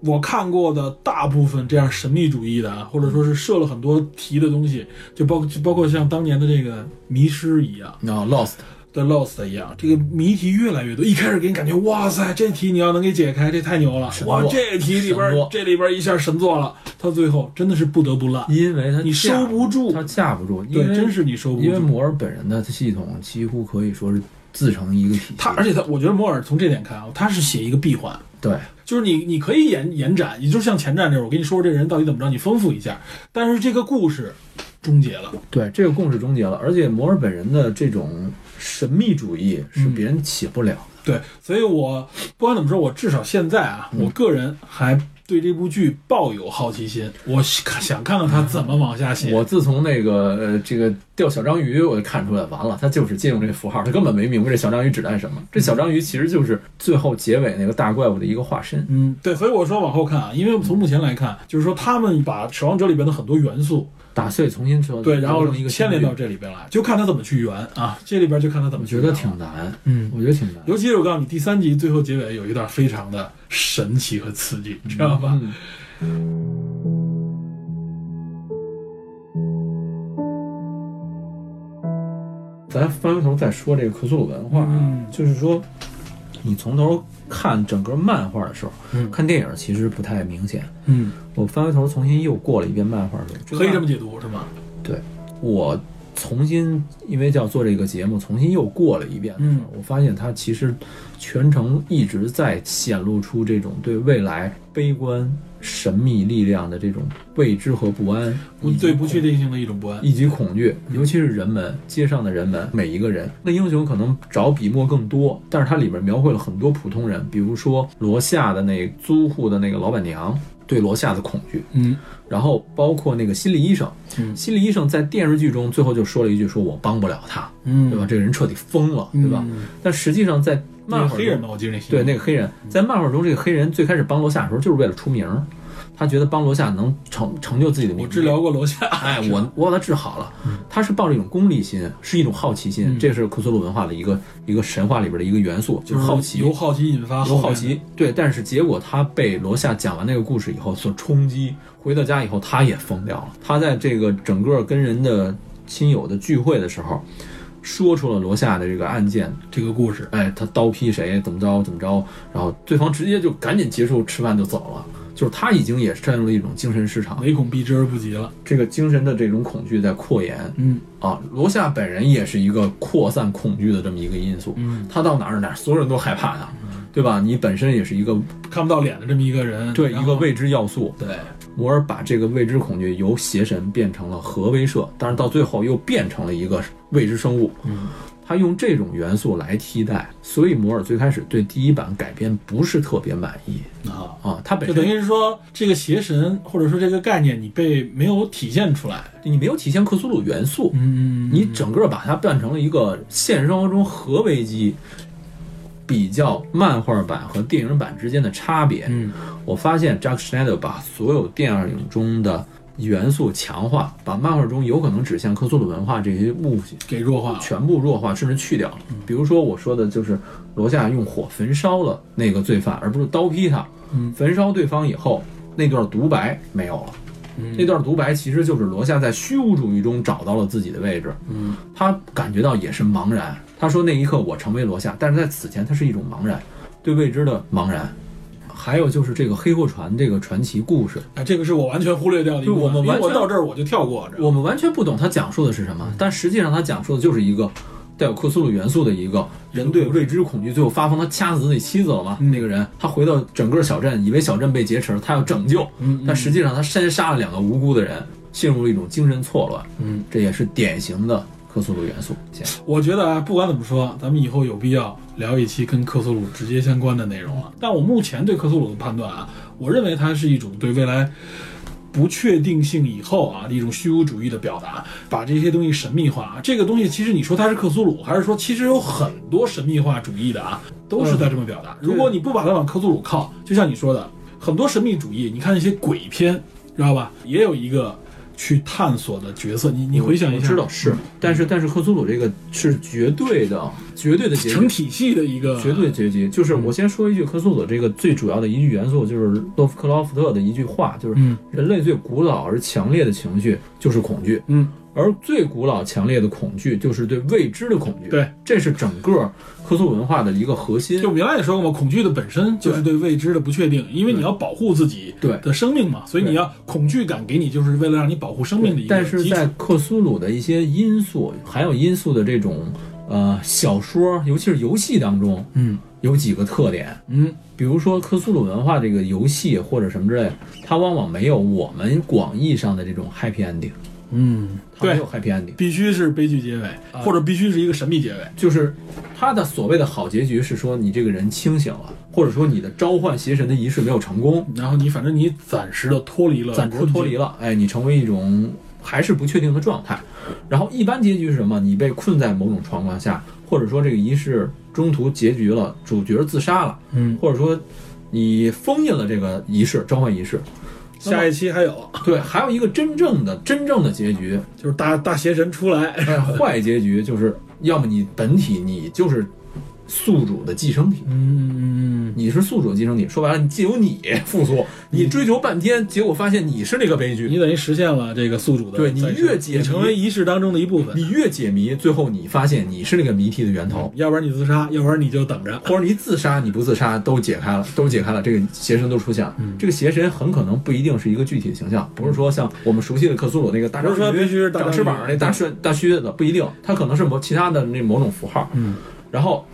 我看过的大部分这样神秘主义的啊，或者说是设了很多题的东西，就包就包括像当年的这个《迷失》一样，然后 Lost，的 Lost 一样，这个谜题越来越多。一开始给你感觉，哇塞，这题你要能给解开，这太牛了！神作哇，这题里神边作这里边一下神作了，到最后真的是不得不烂，因为它你架收不住它架不住，因对，为真是你收不因为住。摩尔本人的系统几乎可以说是自成一个体系。他，而且他，我觉得摩尔从这点看啊，他是写一个闭环，对就是你你可以延延展，也就像前站这儿，我跟你说说这人到底怎么着，你丰富一下，但是这个故事终结了，对，这个共识终结了，而且摩尔本人的这种神秘主义嗯是别人起不了的。嗯对，所以我不管怎么说，我至少现在啊，我个人还对这部剧抱有好奇心，我想想看看他怎么往下写。我自从那个呃这个钓小章鱼，我就看出来，完了，他就是借用这个符号，他根本没明白这小章鱼指代什么。这小章鱼其实就是最后结尾那个大怪物的一个化身。嗯，对，所以我说往后看啊，因为从目前来看，就是说他们把《守望者》里边的很多元素，打碎重新说，对，然后弄呃成一个牵连到新剧这里边来，就看他怎么去圆啊。这里边就看他怎么我去觉圆得挺难，嗯，我觉得挺难。尤其是我告诉你，第三集最后结尾有一段非常的神奇和刺激，知道吧？嗯，咱翻回头再说这个克苏鲁文化啊，嗯就是说，你从头看整个漫画的时候，嗯看电影其实不太明显。嗯，我翻回头重新又过了一遍漫画的时候，可以这个么解读是吗？我重新因为要做这个节目，重新又过了一遍的时嗯候，我发现他其实全程一直在显露出这种对未来悲观、神秘力量的这种未知和不安，不以及对嗯不确定性的一种不安。以及恐惧，尤其是人们街上的人们，每一个人。那英雄可能找笔墨更多，但是它里面描绘了很多普通人，比如说罗夏的那租户的那个老板娘对罗夏的恐惧，嗯然后包括那个心理医生，嗯心理医生在电视剧中最后就说了一句：“说我帮不了他，嗯对吧？？这个人彻底疯了，对吧？”嗯但实际上在漫那画黑人中吧，我记得那戏对那个黑人，在漫画中这个黑人最开始帮罗夏的时候就是为了出名儿，他觉得帮罗夏能成成就自己的名我誉治疗过楼下。 [LAUGHS] 哎，我我把它治好了。他是抱着一种功利心，是一种好奇心，嗯这是库苏鲁文化的一个一个神话里边的一个元素，就是好奇，由好奇引发由后面好的奇。对，但是结果他被罗夏讲完那个故事以后所冲击，回到家以后他也疯掉了。他在这个整个跟人的亲友的聚会的时候，说出了罗夏的这个案件这个故事。哎，他刀劈谁，怎么着怎么着，然后对方直接就赶紧结束吃饭就走了，就是他已经也陷入了一种精神失常，唯恐避之而不及了。这个精神的这种恐惧在扩延嗯啊。罗夏本人也是一个扩散恐惧的这么一个因素，嗯，他到哪儿哪儿，所有人都害怕他，对吧？你本身也是一个看不到脸的这么一个人，对然一后个未知要素。对，摩尔把这个未知恐惧由邪神变成了核威慑，但是到最后又变成了一个未知生物。嗯，他用这种元素来替代，所以摩尔最开始对第一版改编不是特别满意啊，啊。他本就等于身是说这个邪神或者说这个概念你被没有体现出来。你没有体现克苏鲁元素，嗯你整个把它变成了一个现实生活中核危机，比较漫画版和电影版之间的差别。嗯我发现 Jack Schneider 把所有电影中的元素强化，把漫画中有可能指向克苏鲁文化这些物品给弱化了。全部弱化，甚至去掉了。嗯比如说我说的就是罗夏用火焚烧了那个罪犯，而不是刀劈他。嗯焚烧对方以后，那段独白没有了。嗯那段独白其实就是罗夏在虚无主义中找到了自己的位置，嗯，他感觉到也是茫然。他说那一刻我成为罗夏，但是在此前他是一种茫然，对未知的茫然。还有就是这个黑货船这个传奇故事，哎，这个是我完全忽略掉的一部分，对我们因为完全我到这儿我就跳过。我们完全不懂它讲述的是什嗯么，但实际上它讲述的就是一个带有克苏鲁元素的一个人对未知恐惧，最后发疯，他掐死自己妻子了嘛？那个人他回到整个小镇，以为小镇被劫持了，他要拯救，嗯嗯但实际上他先杀了两个无辜的人，陷入了一种精神错乱。嗯，这也是典型的克苏鲁元素。我觉得啊，不管怎么说，咱们以后有必要聊一期跟克苏鲁直接相关的内容了。但我目前对克苏鲁的判断啊，我认为它是一种对未来不确定性以后啊一种虚无主义的表达，把这些东西神秘化。啊这个东西其实你说它是克苏鲁，还是说其实有很多神秘化主义的啊，都是在这么表达。嗯如果你不把它往克苏鲁靠，就像你说的，很多神秘主义，你看那些鬼片，知道吧？也有一个去探索的角色。你你回想一下，嗯我知道是，但是但是克苏鲁这个是绝对的，绝对的结局成体系的一个绝对结局。就是嗯我先说一句科苏鲁这个最主要的一句元素，就是洛夫克洛夫特的一句话，就是嗯人类最古老而强烈的情绪就是恐惧，嗯，而最古老强烈的恐惧就是对未知的恐惧。对，这是整个科苏鲁文化的一个核心就。我们原来也说过嘛，恐惧的本身就是对未知的不确定，因为你要保护自己对的生命嘛，所以你要恐惧感给你，就是为了让你保护生命的一个嗯但是基础嗯在克苏鲁的一些因素，还有因素的这种呃小说，尤其是游戏当中，嗯有几个特点，嗯，比如说科苏鲁文化这个游戏或者什么之类的，它往往没有我们广义上的这种 happy ending。嗯，他没对有，happy ending。必须是悲剧结尾，啊或者必须是一个神秘结尾。就是他的所谓的好结局是说你这个人清醒了，或者说你的召唤邪神的仪式没有成功，然后你反正你暂时的脱离了，暂时脱离。了，哎，你成为一种还是不确定的状态。然后一般结局是什么？你被困在某种状况下，或者说这个仪式中途结局了，主角自杀了，嗯，或者说你封印了这个仪式召唤 [LAUGHS] 仪式。下一期还有对，还有一个真正的真正的结 [LAUGHS] 局，就是大大邪神出 [LAUGHS] 来，哎，坏结局就是要么你本体你就是宿主的寄生体。嗯，你是宿主寄生体，说白了，你借由你 [LAUGHS] 复苏，你追求半天，结果发现你是那个悲你剧。等于实现了这个宿主的对你再生，越解你成为仪式当中的一部分。你越解谜，最后你发现你是那个谜题的源头，要不然你自杀，要不然你就等着。或者你自杀，你不自杀都解开了，都解开了，这个邪神都出现了。嗯这个邪神很可能不一定是一个具体的形象，不是说像我们熟悉的克苏鲁那个大不长是说必须是大长章鱼嗯翅膀那大顺大须子，不一定，它可能是某其他的那某种符号。嗯，然后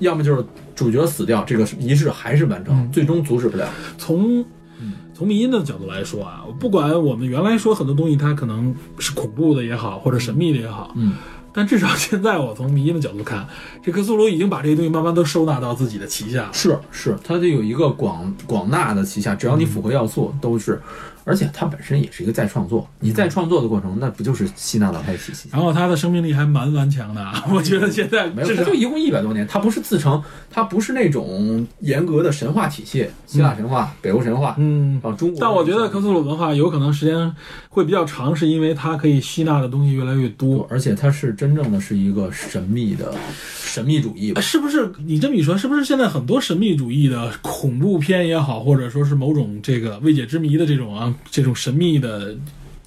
要么就是主角死掉，这个仪式还是完成，嗯最终阻止不了。从嗯从迷因的角度来说啊，不管我们原来说很多东西它可能是恐怖的也好，或者神秘的也好，嗯，但至少 [LAUGHS] 现在我从迷因的角度看，这克苏鲁已经把这些东西慢慢都收纳到自己的旗下了。是是，它得有一个广广纳的旗下，只要你符合要素都是，而且它本身也是一个再创作。你在创作的过程，那不就是吸纳到它的体系？然后他的生命力还蛮顽强的啊， [LAUGHS] 我觉得现在没至有，它少就一共一百多年，它不是自成，它不是那种严格的神话体系，希腊神话、北欧神话，嗯。啊，中国。但我觉得克苏鲁文化有可能时间会比较长，是因为它可以吸纳的东西越来越不多。，而且它是真正的是一个神秘的神秘主义吧。是不是你这么一说，是不是现在很多神秘主义的恐怖片也好，或者说是某种这个未解之谜的这种啊这种神秘的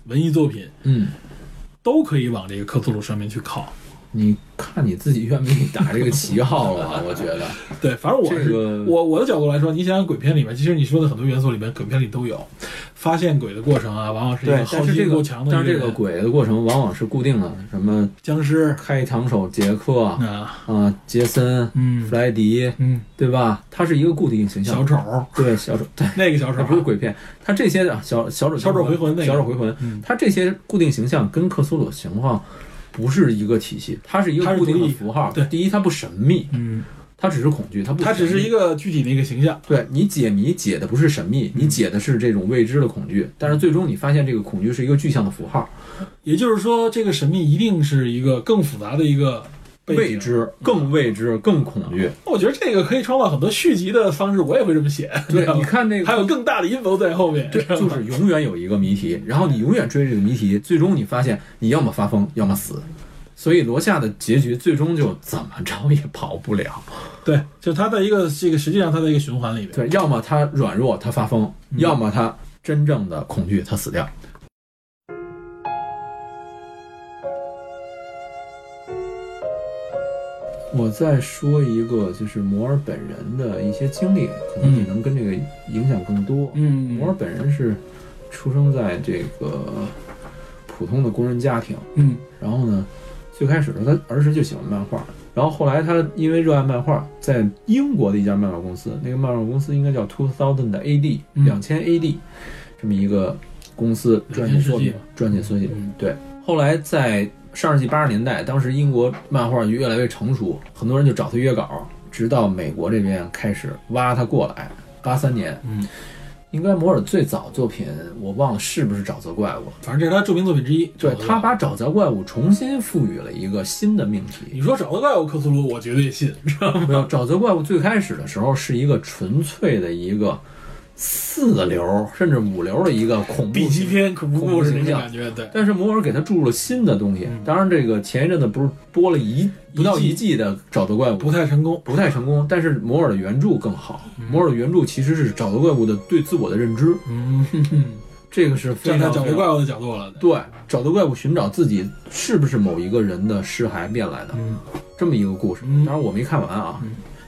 文艺作品，嗯，都可以往这个克苏鲁上面去靠？你看你自己愿不愿意打这个旗号了吧？我觉得，对，反正我是、这个我我的角度来说，你想想鬼片里面，其实你说的很多元素里面，鬼片里都有。发现鬼的过程啊，往往是一个好但是奇这心够个强的一但是这人个鬼的过程往往是固定的，什么僵尸开膛手杰克啊、啊，杰森、嗯弗莱迪，嗯，对吧？他是一个固定形象，小丑对小丑，对，那个小他丑啊不是鬼片，他这些啊，小小丑小丑回魂那个小丑回魂，嗯他这些固定形象跟克苏鲁的情况不是一个体系，它是一它是个固定独的立符号。对第一，它不神秘，嗯，它只是恐惧，它不，他只是一个。个具体的一个形象。对你解谜解的不是神秘，嗯你解的是这种未知的恐惧，但是最终你发现这个恐惧是一个具象的符号，也就是说，这个神秘一定是一个更复杂的一个背景未。知更嗯未知更恐惧。我觉得这个可以创造很多续集的方式，我也会这么写。对知道，吗你看那个还有更大的阴谋在后面。对，吧就是永远有一个谜题，然后你永远追这个谜题，最终你发现你要么发疯，要么死。所以罗夏的结局最终就怎么着也跑不了，对，就他在一个这个实际上他在一个循环里面。对，要么他软弱，他发疯，嗯要么他真正的恐惧，他死掉。我再说一个，就是摩尔本人的一些经历，可能你能跟这个影响更多。嗯摩尔本人是出生在这个普通的工人家庭，嗯然后呢，最开始的时候他儿时就喜欢漫画，然后后来他因为热爱漫画，在英国的一家漫画公司，那个漫画公司应该叫 Two Thousand 的 AD 嗯两千 AD 这么一个公司2000撰写作世品纪，撰写作品嗯对。后来在上世纪八十年代，当时英国漫画越来越成熟，很多人就找他约稿，直到美国这边开始挖他过来。八三年，嗯，应该摩尔最早作品我忘了是不是沼泽怪物了。反正这是他著名作品之一。找对得到他把沼泽怪物重新赋予了一个新的命 [LAUGHS] 你题。说找得怪物克苏鲁，我绝对信。没有沼泽怪物最开始的时候是一个纯粹的一个四流甚至五流的一个恐怖笔记片恐怖恐怖故事那形种象感觉，对。但是摩尔给他注入了新的东西。嗯当然，这个前一阵子不是播了一不到一季的沼泽怪物，不太嗯成功，不太成功。但是摩尔的原著更好。摩尔的原著其实是沼泽怪物的对自我的认知，嗯，这个是非站在常找非得常怪物的角度了。对，找到怪物寻找自己是不是某一个人的尸骸变来的，嗯这么一个故事。嗯当然我没看完啊，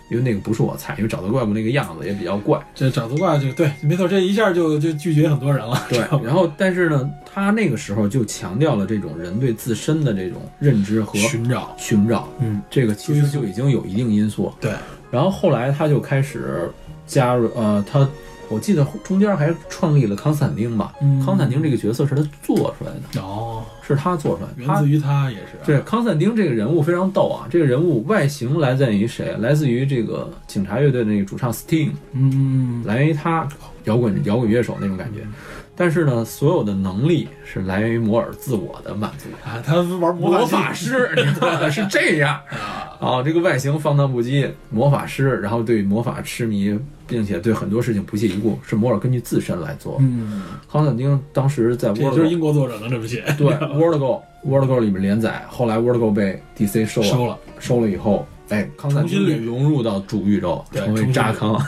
因为那个不是我菜，因为找到怪物那个样子也比较怪。这找得怪就对，没错，这一下就就拒绝很多人了。对，然后但是呢，他那个时候就强调了这种人对自身的这种认知和寻找，寻找，嗯，这个其实就已经有一定因素。对，然后后来他就开始加入呃，他我记得中间还创立了康斯坦丁吧，嗯康斯坦丁这个角色是他做出来的，哦，是他做出来的。源他自于他也是，啊对康斯坦丁这个人物非常逗啊，这个人物外形来自于谁？来自于这个警察乐队的那个主唱 Sting，嗯，嗯，嗯来源于他摇滚摇滚乐手那种感觉。但是呢，所有的能力是来源于摩尔自我的满足。啊，他玩魔魔法法师，你知道吗？ [LAUGHS] 是这样啊，这个外形放荡不羁，魔法师，然后对魔法痴迷，并且对很多事情不屑一顾，是摩尔根据自身来做。嗯，康斯坦丁当时在这也就是英啊 Wordgo 国作者的这部戏对 [LAUGHS] Wordgo Wordgo 里面连载，后来 Wordgo 被 DC 收了， [LAUGHS] 收了，收了以后，哎，康斯坦丁重也新捋融入到主宇宙，对成为重新捋 [LAUGHS] 扎康。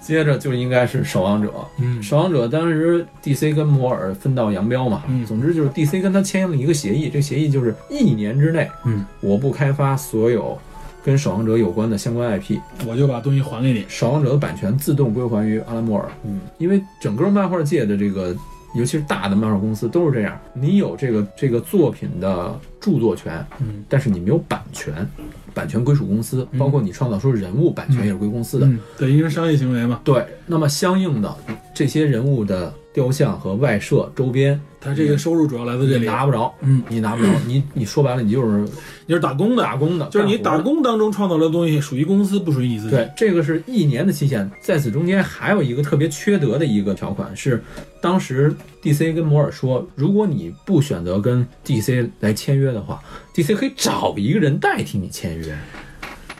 接着就应该是守望者，嗯守望者当时 DC 跟摩尔分道扬镳嘛，嗯总之就是 DC 跟他签了一个协议，这个协议就是一年之内，嗯，我不开发所有跟守望者有关的相关 IP，我就把东西还给你，守望者的版权自动归还于阿拉莫尔。嗯，因为整个漫画界的这个，尤其是大的漫画公司都是这样，你有这个这个作品的著作权，嗯，但是你没有版权，版权归属公司，包括你创造出人物版权也是归公司的。嗯，对，因为商业行为嘛，对，那么相应的这些人物的雕像和外设周边，他这个收入主要来自这嗯你里，拿不着，嗯，你拿不着，你你说白了，你就是你是打工的，啊打工的，就是你活打的工当中创造的东西属于公司，不属于你自己，对，这个是一年的期限，在此中间还有一个特别缺德的一个条款是，当时 DC 跟摩尔说，如果你不选择跟 DC 来签约的话，DC 可以找一个人代替你签约。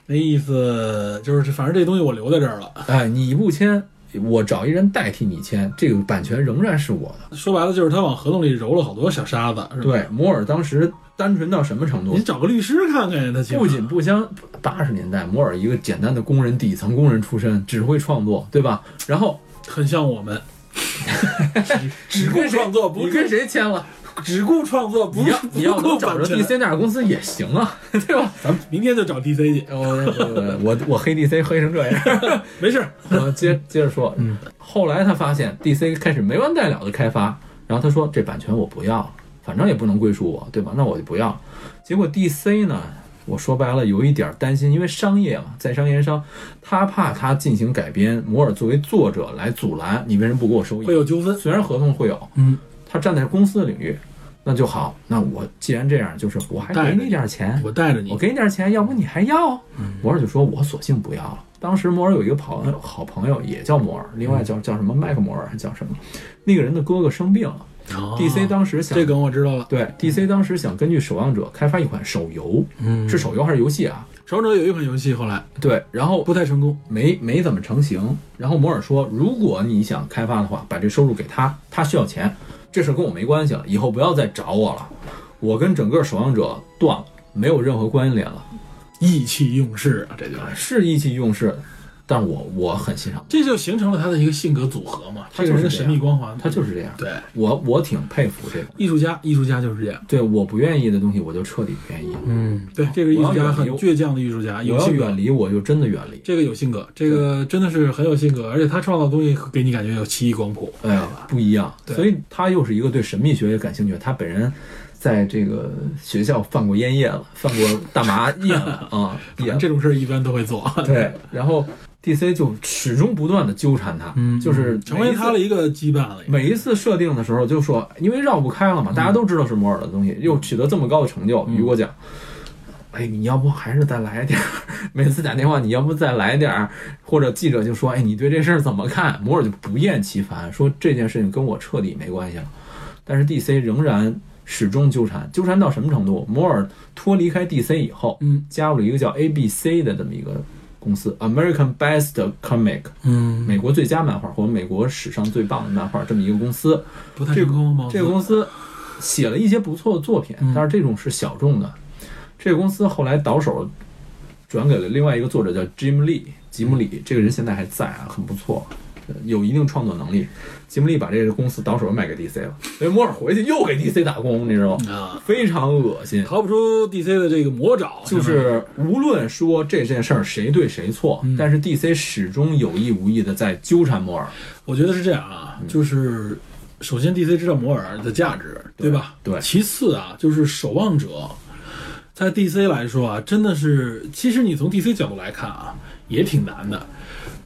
那意思就是反正这东西我留在这儿了，哎，你不签，我找一人代替你签，这个版权仍然是我的。说白了就是他往合同里揉了好多小沙子，是吧？对，摩尔当时单纯到什么程度你？找个律师看看呀，他起码不仅不相，八十年代摩尔一个简单的工人，底层工人出身，只会创作，对吧？然后很像我 [LAUGHS] 们，只顾跟谁创作不你跟谁签了？只顾创作不你要你要不顾能找着版权 DC 那样的公司也行啊， [LAUGHS] 对吧？咱们明天就找 DC 去，我我我黑 DC 黑成这样，没事儿，我接接着说，嗯，后来他发现 DC 开始没完待了的开发，然后他说这版权我不要了，反正也不能归属我，对吧？那我就不要了。结果 DC 呢，我说白了有一点担心，因为商业嘛，在商言商，他怕他进行改编，摩尔作为作者来阻拦，你为什么不给我收益会？有纠纷。虽然合同会有，嗯，他站在公司的领域，那就好。那我既然这样，就是我还给你点钱，我带着我你，嗯给你点钱，要不你还要？摩尔就说，我索性不要了。当时摩尔有一个朋友，好朋友也叫摩尔，另嗯外叫叫什么麦克摩尔还叫什么，那个人的哥哥生病了。哦 DC 当时想这梗我知道了。对 DC 当时想根据《守望者》开发一款手游，嗯是手游还是游戏啊？守望者有一款游戏后来对，然后不太成功，没没怎么成型。然后摩尔说，如果你想开发的话，把这收入给他，他需要钱，这事儿跟我没关系了，以后不要再找我了，我跟整个守望者断了，没有任何关联了，意气用事啊，这就是，是意气用事，但我我很欣赏这就形成了他的一个性格组合嘛，他这就个人是的这样神秘光环，他，就是这样，对我我挺佩服这个，艺术家，艺术家就是这样。对我不愿意的东西，我就彻底不愿意，嗯，对，这个艺术家很倔强的艺术家，我有要性格远。离我就真的远离，这个有性格，这个真的是很有性格，而且他创造的东西给你感觉有奇异光谱，哎呀，不一样，对所以他又是一个对神秘学也感兴趣，他本人。在这个学校犯过烟叶了，犯过大麻 [LAUGHS] 叶了啊，也这种事儿一般都会做，对，然后 DC 就始终不断的纠缠他，嗯就是成为他的每一次。一个羁绊了。每一次设定的时候就说，因为绕不开了嘛，大家都知道是摩尔的东西，又取得这么高的成就，雨果奖。哎，你要不还是再来点儿？ [LAUGHS] 每次打电话，你要不再来点儿？或者记者就说：“哎，你对这事儿怎么看？”摩尔就不厌其烦说：“这件事情跟我彻底没关系了。”但是 DC 仍然始终纠缠，纠缠到什么程度？摩尔脱离开 DC 以后，嗯加入了一个叫 ABC 的这么一个公司，American Best Comic，嗯，美国最佳漫画或者美国史上最棒的漫画这么一个公司。不太成功吗？这个公司写了一些不错的作品，但是这种是小众的。这个公司后来倒手转给了另外一个作者叫 Jim Lee，吉姆里这个人现在还在啊，很不错。呃有一定创作能力，吉姆利把这个公司倒手卖给 DC 了，所以摩尔回去又给 DC 打工，你知道吗？啊，非常恶心。逃不出 DC 的这个魔爪，就是无论说这件事儿谁对谁错，但是 DC 始终有意无意的在纠缠摩尔。我觉得是这样啊，就是首先 DC 知道摩尔的价值，对吧？对其次啊，就是守望者，在 DC 来说啊，真的是，其实你从 DC 角度来看啊，也挺难的。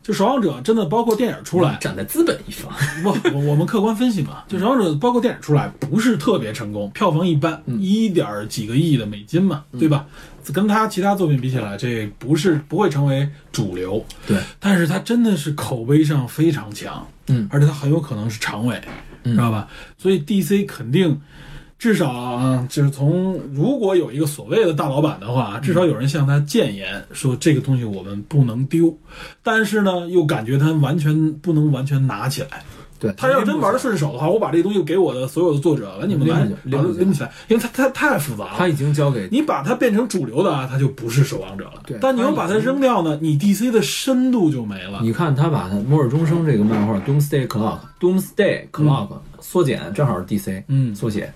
就《守望者》真的包括电影出来，站在资本一方，不，我我们客观分析嘛，就《守望者》包括电影出来不是特别成功，票房一般，一点儿几个亿的美金嘛，对吧？跟他其他作品比起来，这不是不会成为主流， [LAUGHS] 对，但是它真的是口碑上非常强，嗯而且它很有可能是常委，知道吧？所以 DC 肯定。至少啊，就是从如果有一个所谓的大老板的嗯话，至少有人向他谏言说这个东西我们不能丢，但是呢，又感觉他完全不能完全拿起来，对，他要真玩的顺手的话，我把这东西给我的所有的作者，来你们来拎不起来拎不起来，因为它它太复杂他了。已经交给你把它变成主流的啊，它就不是守望者了对。但你要它已把它扔掉呢，你 DC 的深度就没了。你看他把他《摩尔终生》这个漫画《Doomsday Clock》Doomsday Clock、缩减，正好是 DC，嗯缩写。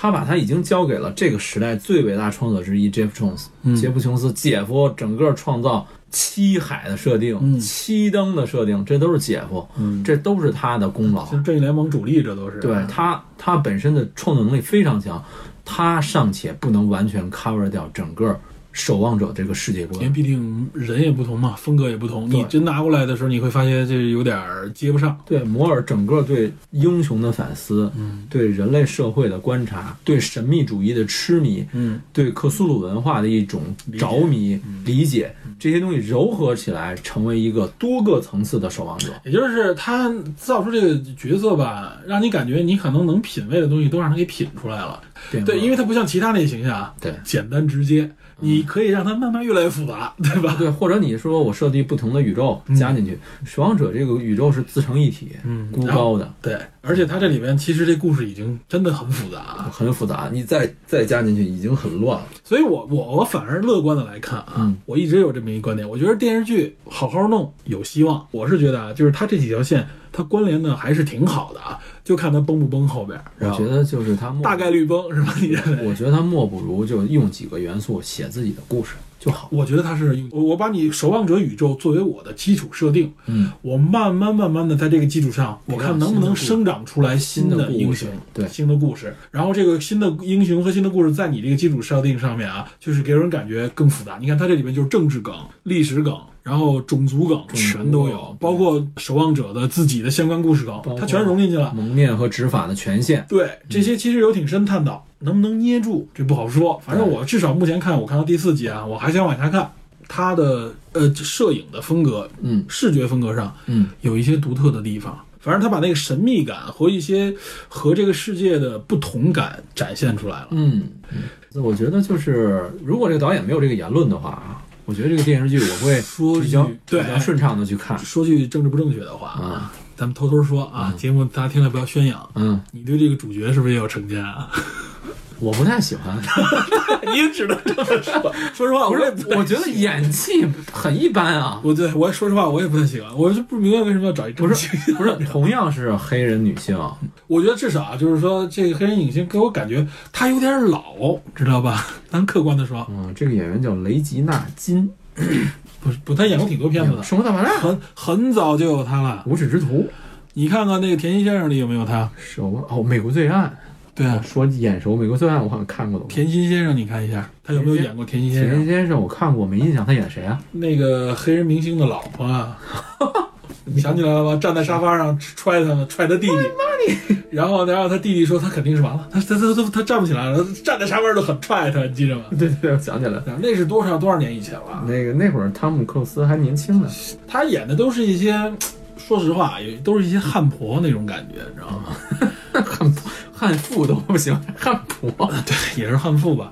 他把他已经交给了这个时代最伟大创作者之一 Jeff Jones，、杰夫·琼斯姐夫整个创造七海的设定、嗯七灯的设定，这都是姐夫，嗯这都是他的功劳。其实正义联盟主力这都是啊对他，他本身的创作能力非常强，他尚且不能完全 cover 掉整个守望者这个世界观因为。毕竟人也不同嘛，风格也不同。你真拿过来的时候，你会发现这有点儿接不上。对摩尔整个对英雄的反思，嗯对人类社会的观察，对神秘主义的痴迷，嗯，对克苏鲁文化的一种着迷、理解，这些东西糅合起来，成为一个多个层次的守望者。也就是他造出这个角色吧，让你感觉你可能能品味的东西都让他给品出来了。对，因为为它不像其他那些形象啊，[LAUGHS] 对嗯简单直接，你可以让它慢慢越来越复杂，对吧？对，或者你说我设计不同的宇宙加进去，守望者这个宇宙是自成一体，嗯孤高的。对，而且它这里面其实这故事已经真的很复杂啊了，很复杂，你再再加进去已经很乱了。所以我我我反而乐观的来看啊，嗯我一直有这么一个观点，我觉得电视剧好好弄有希望。我是觉得啊，就是它这几条线它关联的还是挺好的啊，就看它崩不崩后边儿，我然后觉得就是他莫大概，率崩是吧？你认为？我觉得他莫不如就用几个元素写自己的故事就好。我觉得它是我我把你守望者宇宙作为我的基础设定，嗯，我慢慢慢慢的在这个基础上，我培养看能不能生长出来新新的的故事英雄，对新的故事。然后这个新的英雄和新的故事，在你这个基础设定上面啊，就是给人感觉更复杂。你看它这里面就是政治梗、历史梗。然后种族梗全都有，包括守望者的自己的相关故事梗包，括嗯它全融进去了。蒙面和执法的权限，对，这嗯些其实有挺深探讨，能不能捏住这不好说。反正我至少目前看，我看到第四集啊，我还想往下看。它的呃摄影的风格，嗯视觉风格上嗯，有一些独特的地方。反正他把那个神秘感和一些和这个世界的不同感展现出来了。嗯，我觉得就是，如果这个导演没有这个言论的话啊，我觉得这个电视剧我会说比较句对比较顺畅的去看。说句政治不正确的话啊，咱们偷偷说啊，节目大家听了不要宣扬。嗯，你对这个主角是不是也有成见啊？ [LAUGHS] 我不太喜欢，你也只能这么说。说实话，[LAUGHS] 不我是也不，太我觉得演技很一般啊。我对我说实话，我也不太喜欢，我就不明白为什么要找一不正经。是不是，同样是黑人女性，我觉得至少啊，就是说这个黑人影星给我感觉他有点老，知道吧？咱客观的说，啊嗯，这个演员叫雷吉娜金，不是不，他演过挺多片子的，生活大爆炸》《很很早就有他了。无耻之徒》你看看那个《田心先生》里有没有他？守望哦，《美国罪案对啊》，说眼熟，《美国罪案》我好像看过的。田心先生，你看一下，他有没有演过田心先田生？先生我看过，没印象，他演谁啊？那个黑人明星的老婆啊， [LAUGHS] 你想起来了吧？站在沙发上踹他呢，踹他弟弟。然后，然后他弟弟说他肯定是完了，他他他他他站不起来了，站在沙发上都很踹他，你记着吗？ [LAUGHS] 对对对，我想起来了，那是多少多少年以前了？那个那会儿汤姆克鲁斯还年轻呢。他演的都是一些，说实话，也都是一些汉婆那种感觉，你知道吗？汉服汉服都不行，汉服。对，也是汉妇吧。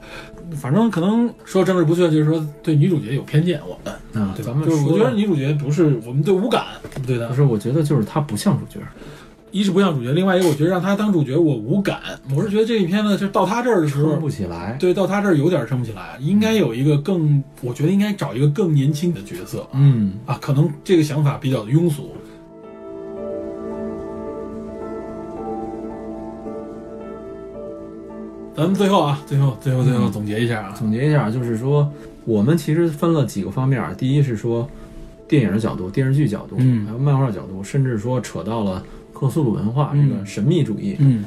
反正可能说政治不确，就是说对女主角有偏见，我们啊，对吧咱？们就是说，我觉得女主角不是我们对无感对不的，是，我觉得就是他不像主角。一是不像主角，另外一个我觉得让她当主角我无感，我是觉得这一篇呢，就到她这儿的时撑候不。起来。对，到她这儿有点撑不起来，应该有一个更，我觉得应该找一个更年轻的角色嗯，啊，可能这个想法比较庸俗，咱们最后啊，最后最后最嗯后总结一下啊，总结一下，就是说，我们其实分了几个方面儿。第一是说，电影的角度、电视剧角度，嗯还有漫画角度，甚至说扯到了克苏鲁文化、嗯这个神秘主义。嗯，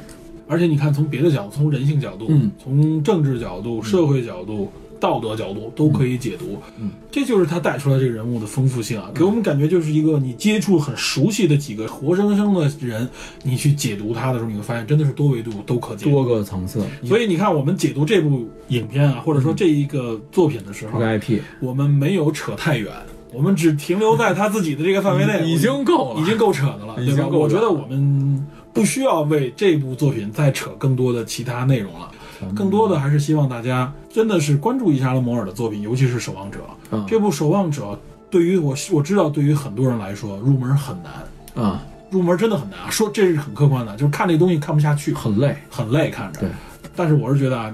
而且你看，从别的角度，从人性角度，嗯从政治角度、社会角度、道德角度都可以解读。嗯，这就是他带出来这个人物的丰富性啊，给我们感觉就是一个你接触很熟悉的几个活生生的人，你去解读他的时候，你会发现真的是多维度都可解。多个层次，所以你看，我们解读这部影片啊，或者嗯说这一个作品的时这候，个 IP 我们没有扯太远，我们只停留在他自己的这个范围内，已经够了，已经够扯的了，已对吧？经够我觉远得了我们不需要为这部作品再扯更多的其他内容了，嗯更多的还是希望大家真的是关注一下拉摩尔的作品，尤其是《守望者》嗯这部《守望者》，对于我我知道，对于很多人来说入门很难，啊，入门真的很难啊，说这是很客观的，就是看这东西看不下去，很累，很累看着。对，但是我是觉得啊，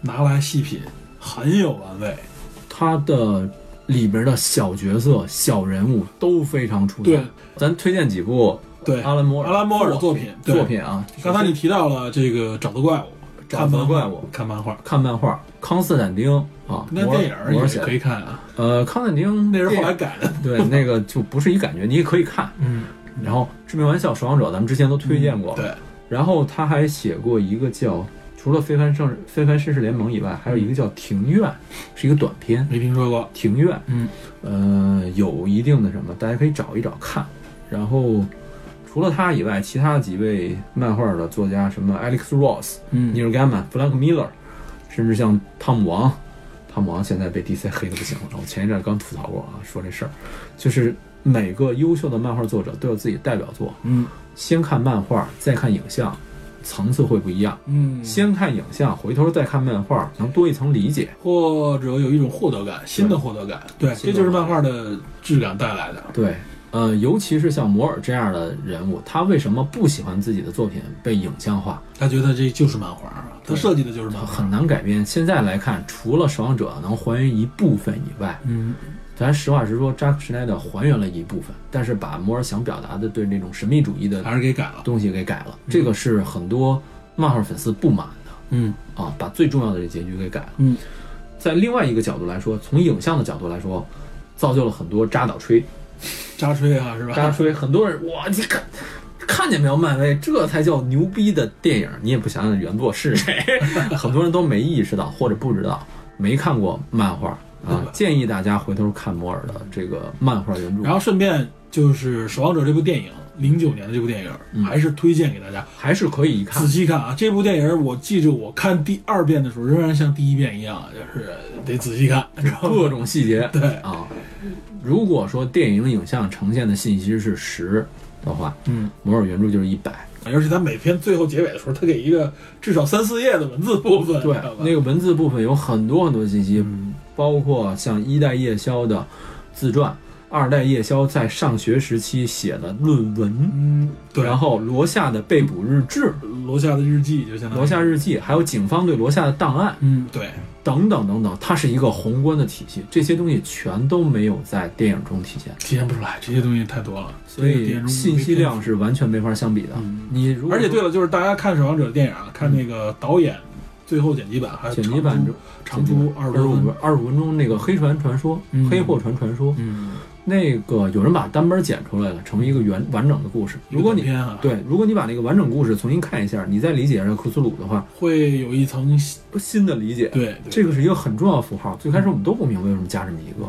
拿来细品很有玩味。它的里边的小角色、小人物都非常出彩对。咱推荐几部对，阿兰摩尔阿兰摩尔的作品，对作。品啊，刚才你提到了这个找到怪物，找到怪物看漫画，看漫画《康斯坦丁》啊，那摩尔电影儿摩也尔是写的可以看啊，呃，《康斯坦丁》那是后电来影改的。对那个就不是一感觉，你也可以看。嗯，然后《致命玩笑》《守望者》咱们之前都推荐过，对，然后他还写过一个叫除了《非凡圣非凡绅士联盟》以外，还有一个叫《庭院》，是一个短片。没听说过。庭院，嗯，呃，有一定的什么，大家可以找一找看。然后除了他以外，其他几位漫画的作家，什么 Alex Ross、嗯尼尔盖曼、弗兰克· Miller，甚至像汤姆王，汤姆王现在被 DC 黑的不行了。我前一阵刚吐槽过啊，说这事儿，就是每个优秀的漫画作者都有自己代表作，嗯先看漫画，再看影像，层次会不一样。嗯，先看影像，回头再看漫画，能多一层理解。或者有一种获得感，新的获得感，对，新的这就是漫画的质感带来的。对，呃，尤其是像摩尔这样的人物，他为什么不喜欢自己的作品被影像化？呃他觉得这就是漫画啊，他设计的就是漫画。很难改变。现在来看，除了《守望者》能还原一部分以外，嗯，咱实话实说，扎克·施奈德还原了一部分，但是把摩尔想表达的对那种神秘主义的还是给改了。东西给改了，这个是很多漫画粉丝不满的嗯啊，把最重要的这结局给改了。嗯，在另外一个角度来说，从影像的角度来说，造就了很多扎导吹。扎吹啊，是吧？大家说很多人哇，你看看见没有，漫威这才叫牛逼的电影，你也不想想原作 [LAUGHS] 是谁，很多人都没意识到或者不知道，没看过漫画啊，建议大家回头看摩尔的这个漫画原然著，后顺便就是《守望者》这部电影，零九年的这部电嗯影，还是推荐给大家还是可以一看仔。细看啊。这部电影我记着，我看第二遍的时候，仍然像第一遍一样，啊就是得仔细看，知道吗？各种细节。 [LAUGHS] 对啊，如果说电影影像呈现的信息是十的话，嗯，摩尔原著就是一百。尤其他每篇最后结尾的时候，他给一个至少三四页的文字部分，对知道，吧嗯那个文字部分有很多很多信息，包括像一代夜宵的自传，二代夜宵在上学时期写的论文，嗯，对，然后罗夏的被捕日志、楼下的日记就相当于罗夏日记，还有警方对罗夏的档案嗯，对，等等等等，它是一个宏观的体系，这些东西全都没有在电影中体现，体现不出来，这些东西太多了，所这个电以影中嗯信息量是完全没法相比的。你如果嗯而且对了，就是大家看《守望者》的电影啊，看那个导演最后剪辑版，还有剪辑版长出二二十十多分五钟，二十五分钟那个黑船传说、嗯黑货船传说，嗯，那个有人把单本剪出来了，成为一个完完整的故事。如果一你个短片啊，对，如果你把那个完整故事重新看一下，你再理解这库苏鲁的话，会有一层新的理解。，对对这个是一个很重要的符号。最开始我们都不明白为什么加这么一个。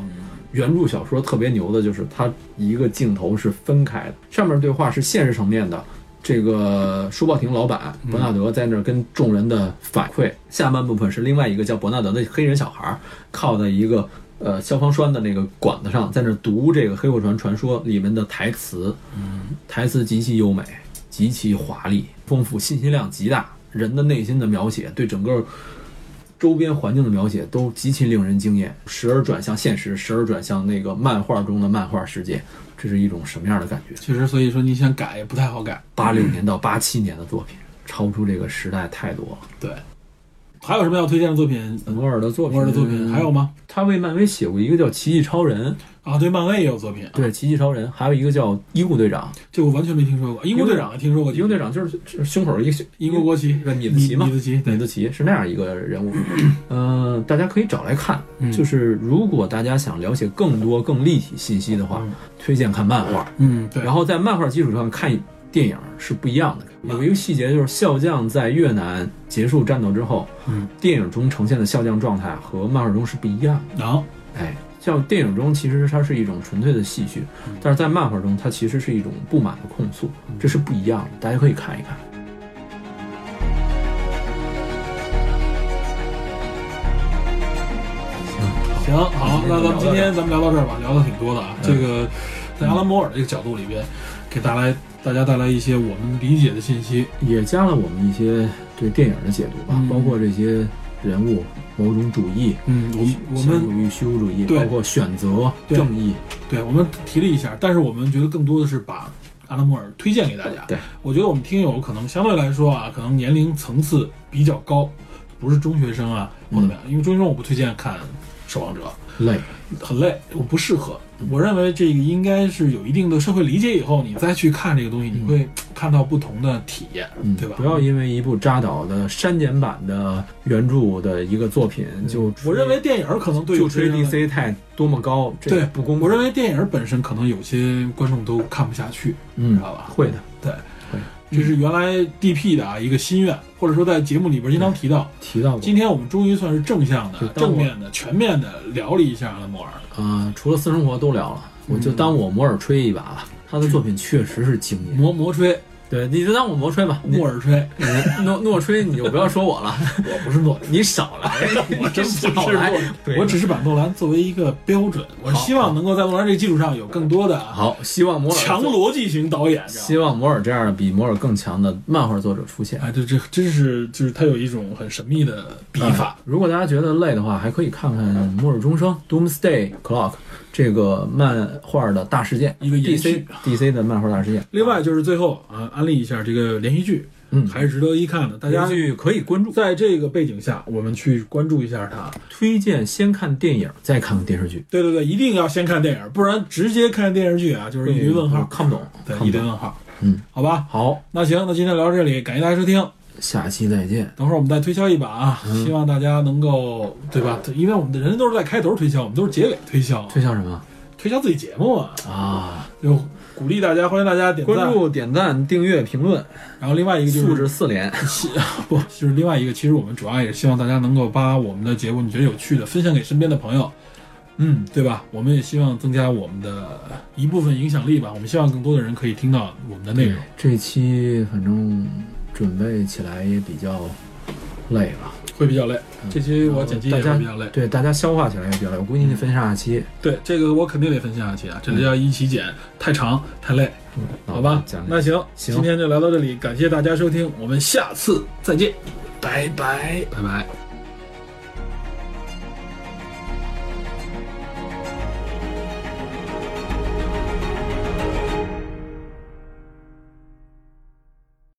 原著小说特别牛的就是它一个镜头是分开的，上面对话是现实层面的。这个书报亭老板伯纳德在那儿跟众人的反馈，下半部分是另外一个叫伯纳德的黑人小孩儿靠在一个呃消防栓的那个管子上，在那儿读这个《黑货船传说》里面的台词，台词极其优美，极其华丽、丰富，信息量极大，人的内心的描写对整个周边环境的描写都极其令人惊艳，时而转向现实，时而转向那个漫画中的漫画世界，这是一种什么样的感觉？其实所以说你想改也不太好改，八六年到八七年的作品，超出这个时代太多了。对。还有什么要推荐的作品？摩尔的作品，摩尔的作品还有？吗？他为漫威写过一个叫《奇异超人》，啊，对，漫威也有作品，对，《奇异超人》，还有一个叫《医护队长》。这个我完全没听说过。英国队长听说过，医护队长就是就是胸口一个英国国旗一个米字旗嘛，米米字旗对米字旗是那样一个 [CLEARS THROAT] 人物。呃，大家可以找来看。嗯就是如果大家想了解嗯更多更立体信息的话，推荐看漫画。嗯，对，然后在漫画基础上看电影是不一样的。有一个细节就是笑匠在越南结束战斗之后，嗯，电影中呈现的笑匠状态和漫画中是不一样的。然后哎，像电影中其实它是一种纯粹的戏谑，嗯但是在漫画中它其实是一种不满的控诉，这是不一样的。大家可以看一看。行，好，那咱们今天咱们聊到这儿吧，聊的挺多的啊。这个在阿拉摩尔这个角度里边，给大家大家带来一些我们理解的信息。也加了我们一些对电影的解读吧，嗯包括这些人物某种主义，嗯，我们我现实们主义、虚无主义，对包括选择、对正义，对我们提了一下，但是我们觉得更多的是把阿拉摩尔推荐给大家。对，我觉得我们听友可能相对来说啊，可能年龄层次比较高，不是中学生啊或怎么样，因为中学生我不推荐看《守望者》。累，很累，我不适合。我认为这个应该是有一定的社会理解以后，你再去看这个东西，你会看到不同的体验，嗯，对吧？不要因为一部扎导的删减版的原著的一个作品就吹嗯我认为电影儿可能对就有些吹人来 DC 太多么高，这对不公平。我认为电影本身可能有些观众都看不下去，嗯知，道吧？会的，这是原来 DP 的啊一个心愿，或者说在节目里边经常提到。提到过。今天我们终于算是正向的对、嗯当我正面的、全面的聊了一下阿拉莫尔。呃，除了私生活都聊了，我嗯就当我摩尔吹一把吧。他的作品确实是经典，魔魔吹、对，你就当我摩吹吧。你莫尔吹，你诺诺吹你就不要说我了， [LAUGHS] 我不是诺吹，你少来， [LAUGHS] 我真不是少诺来吹。我只是把诺兰作为一个标准，我希望能够在诺兰这个基础上有更多的啊好，希望摩尔强逻辑型导演，希望摩尔这样的比摩尔更强的漫画作者出现。哎，这这真是就是他有一种很神秘的笔法。如果大家觉得累的话，还可以看看嗯《末日钟声》（Doomsday Clock） 这个漫画的大事件，一个延续 DC DC 的漫画大事件。另外就是最后啊，安利一下这个连续剧，嗯还是值得一看的。大家去可以关注，在这个背景下，我们去关注一下它。推荐先看电影，再看电视剧。对对对，一定要先看电影，不然直接看电视剧啊，就是一堆问号，看不懂对，看一不堆懂问号。嗯，好吧，好，那行，那今天聊到这里，感谢大家收听。下期再见。等会儿我们再推销一把啊，嗯希望大家能够对吧？因为我们的人都是在开头推销，我们都是结尾推销，推销什么推销自己节目啊，啊？就鼓励大家，欢迎大家点赞。关注、点赞、订阅、评论，然后另外一个就素是质四连。不就是另外一个，其实我们主要也是希望大家能够把我们的节目你觉得有趣的分享给身边的朋友，嗯，对吧？我们也希望增加我们的一部分影响力吧。我们希望更多的人可以听到我们的内容。这期反正准备起来也比较累了。会比较累，这期我剪辑也嗯大会家比较累。对大家消化起来也比较累。我估计得分下期，对，这个我肯定得分下去啊，这嗯个要一起剪，太长太累，好吧？讲那行，行今天就聊到这里，感谢大家收听，我们下次再见，拜拜，拜拜。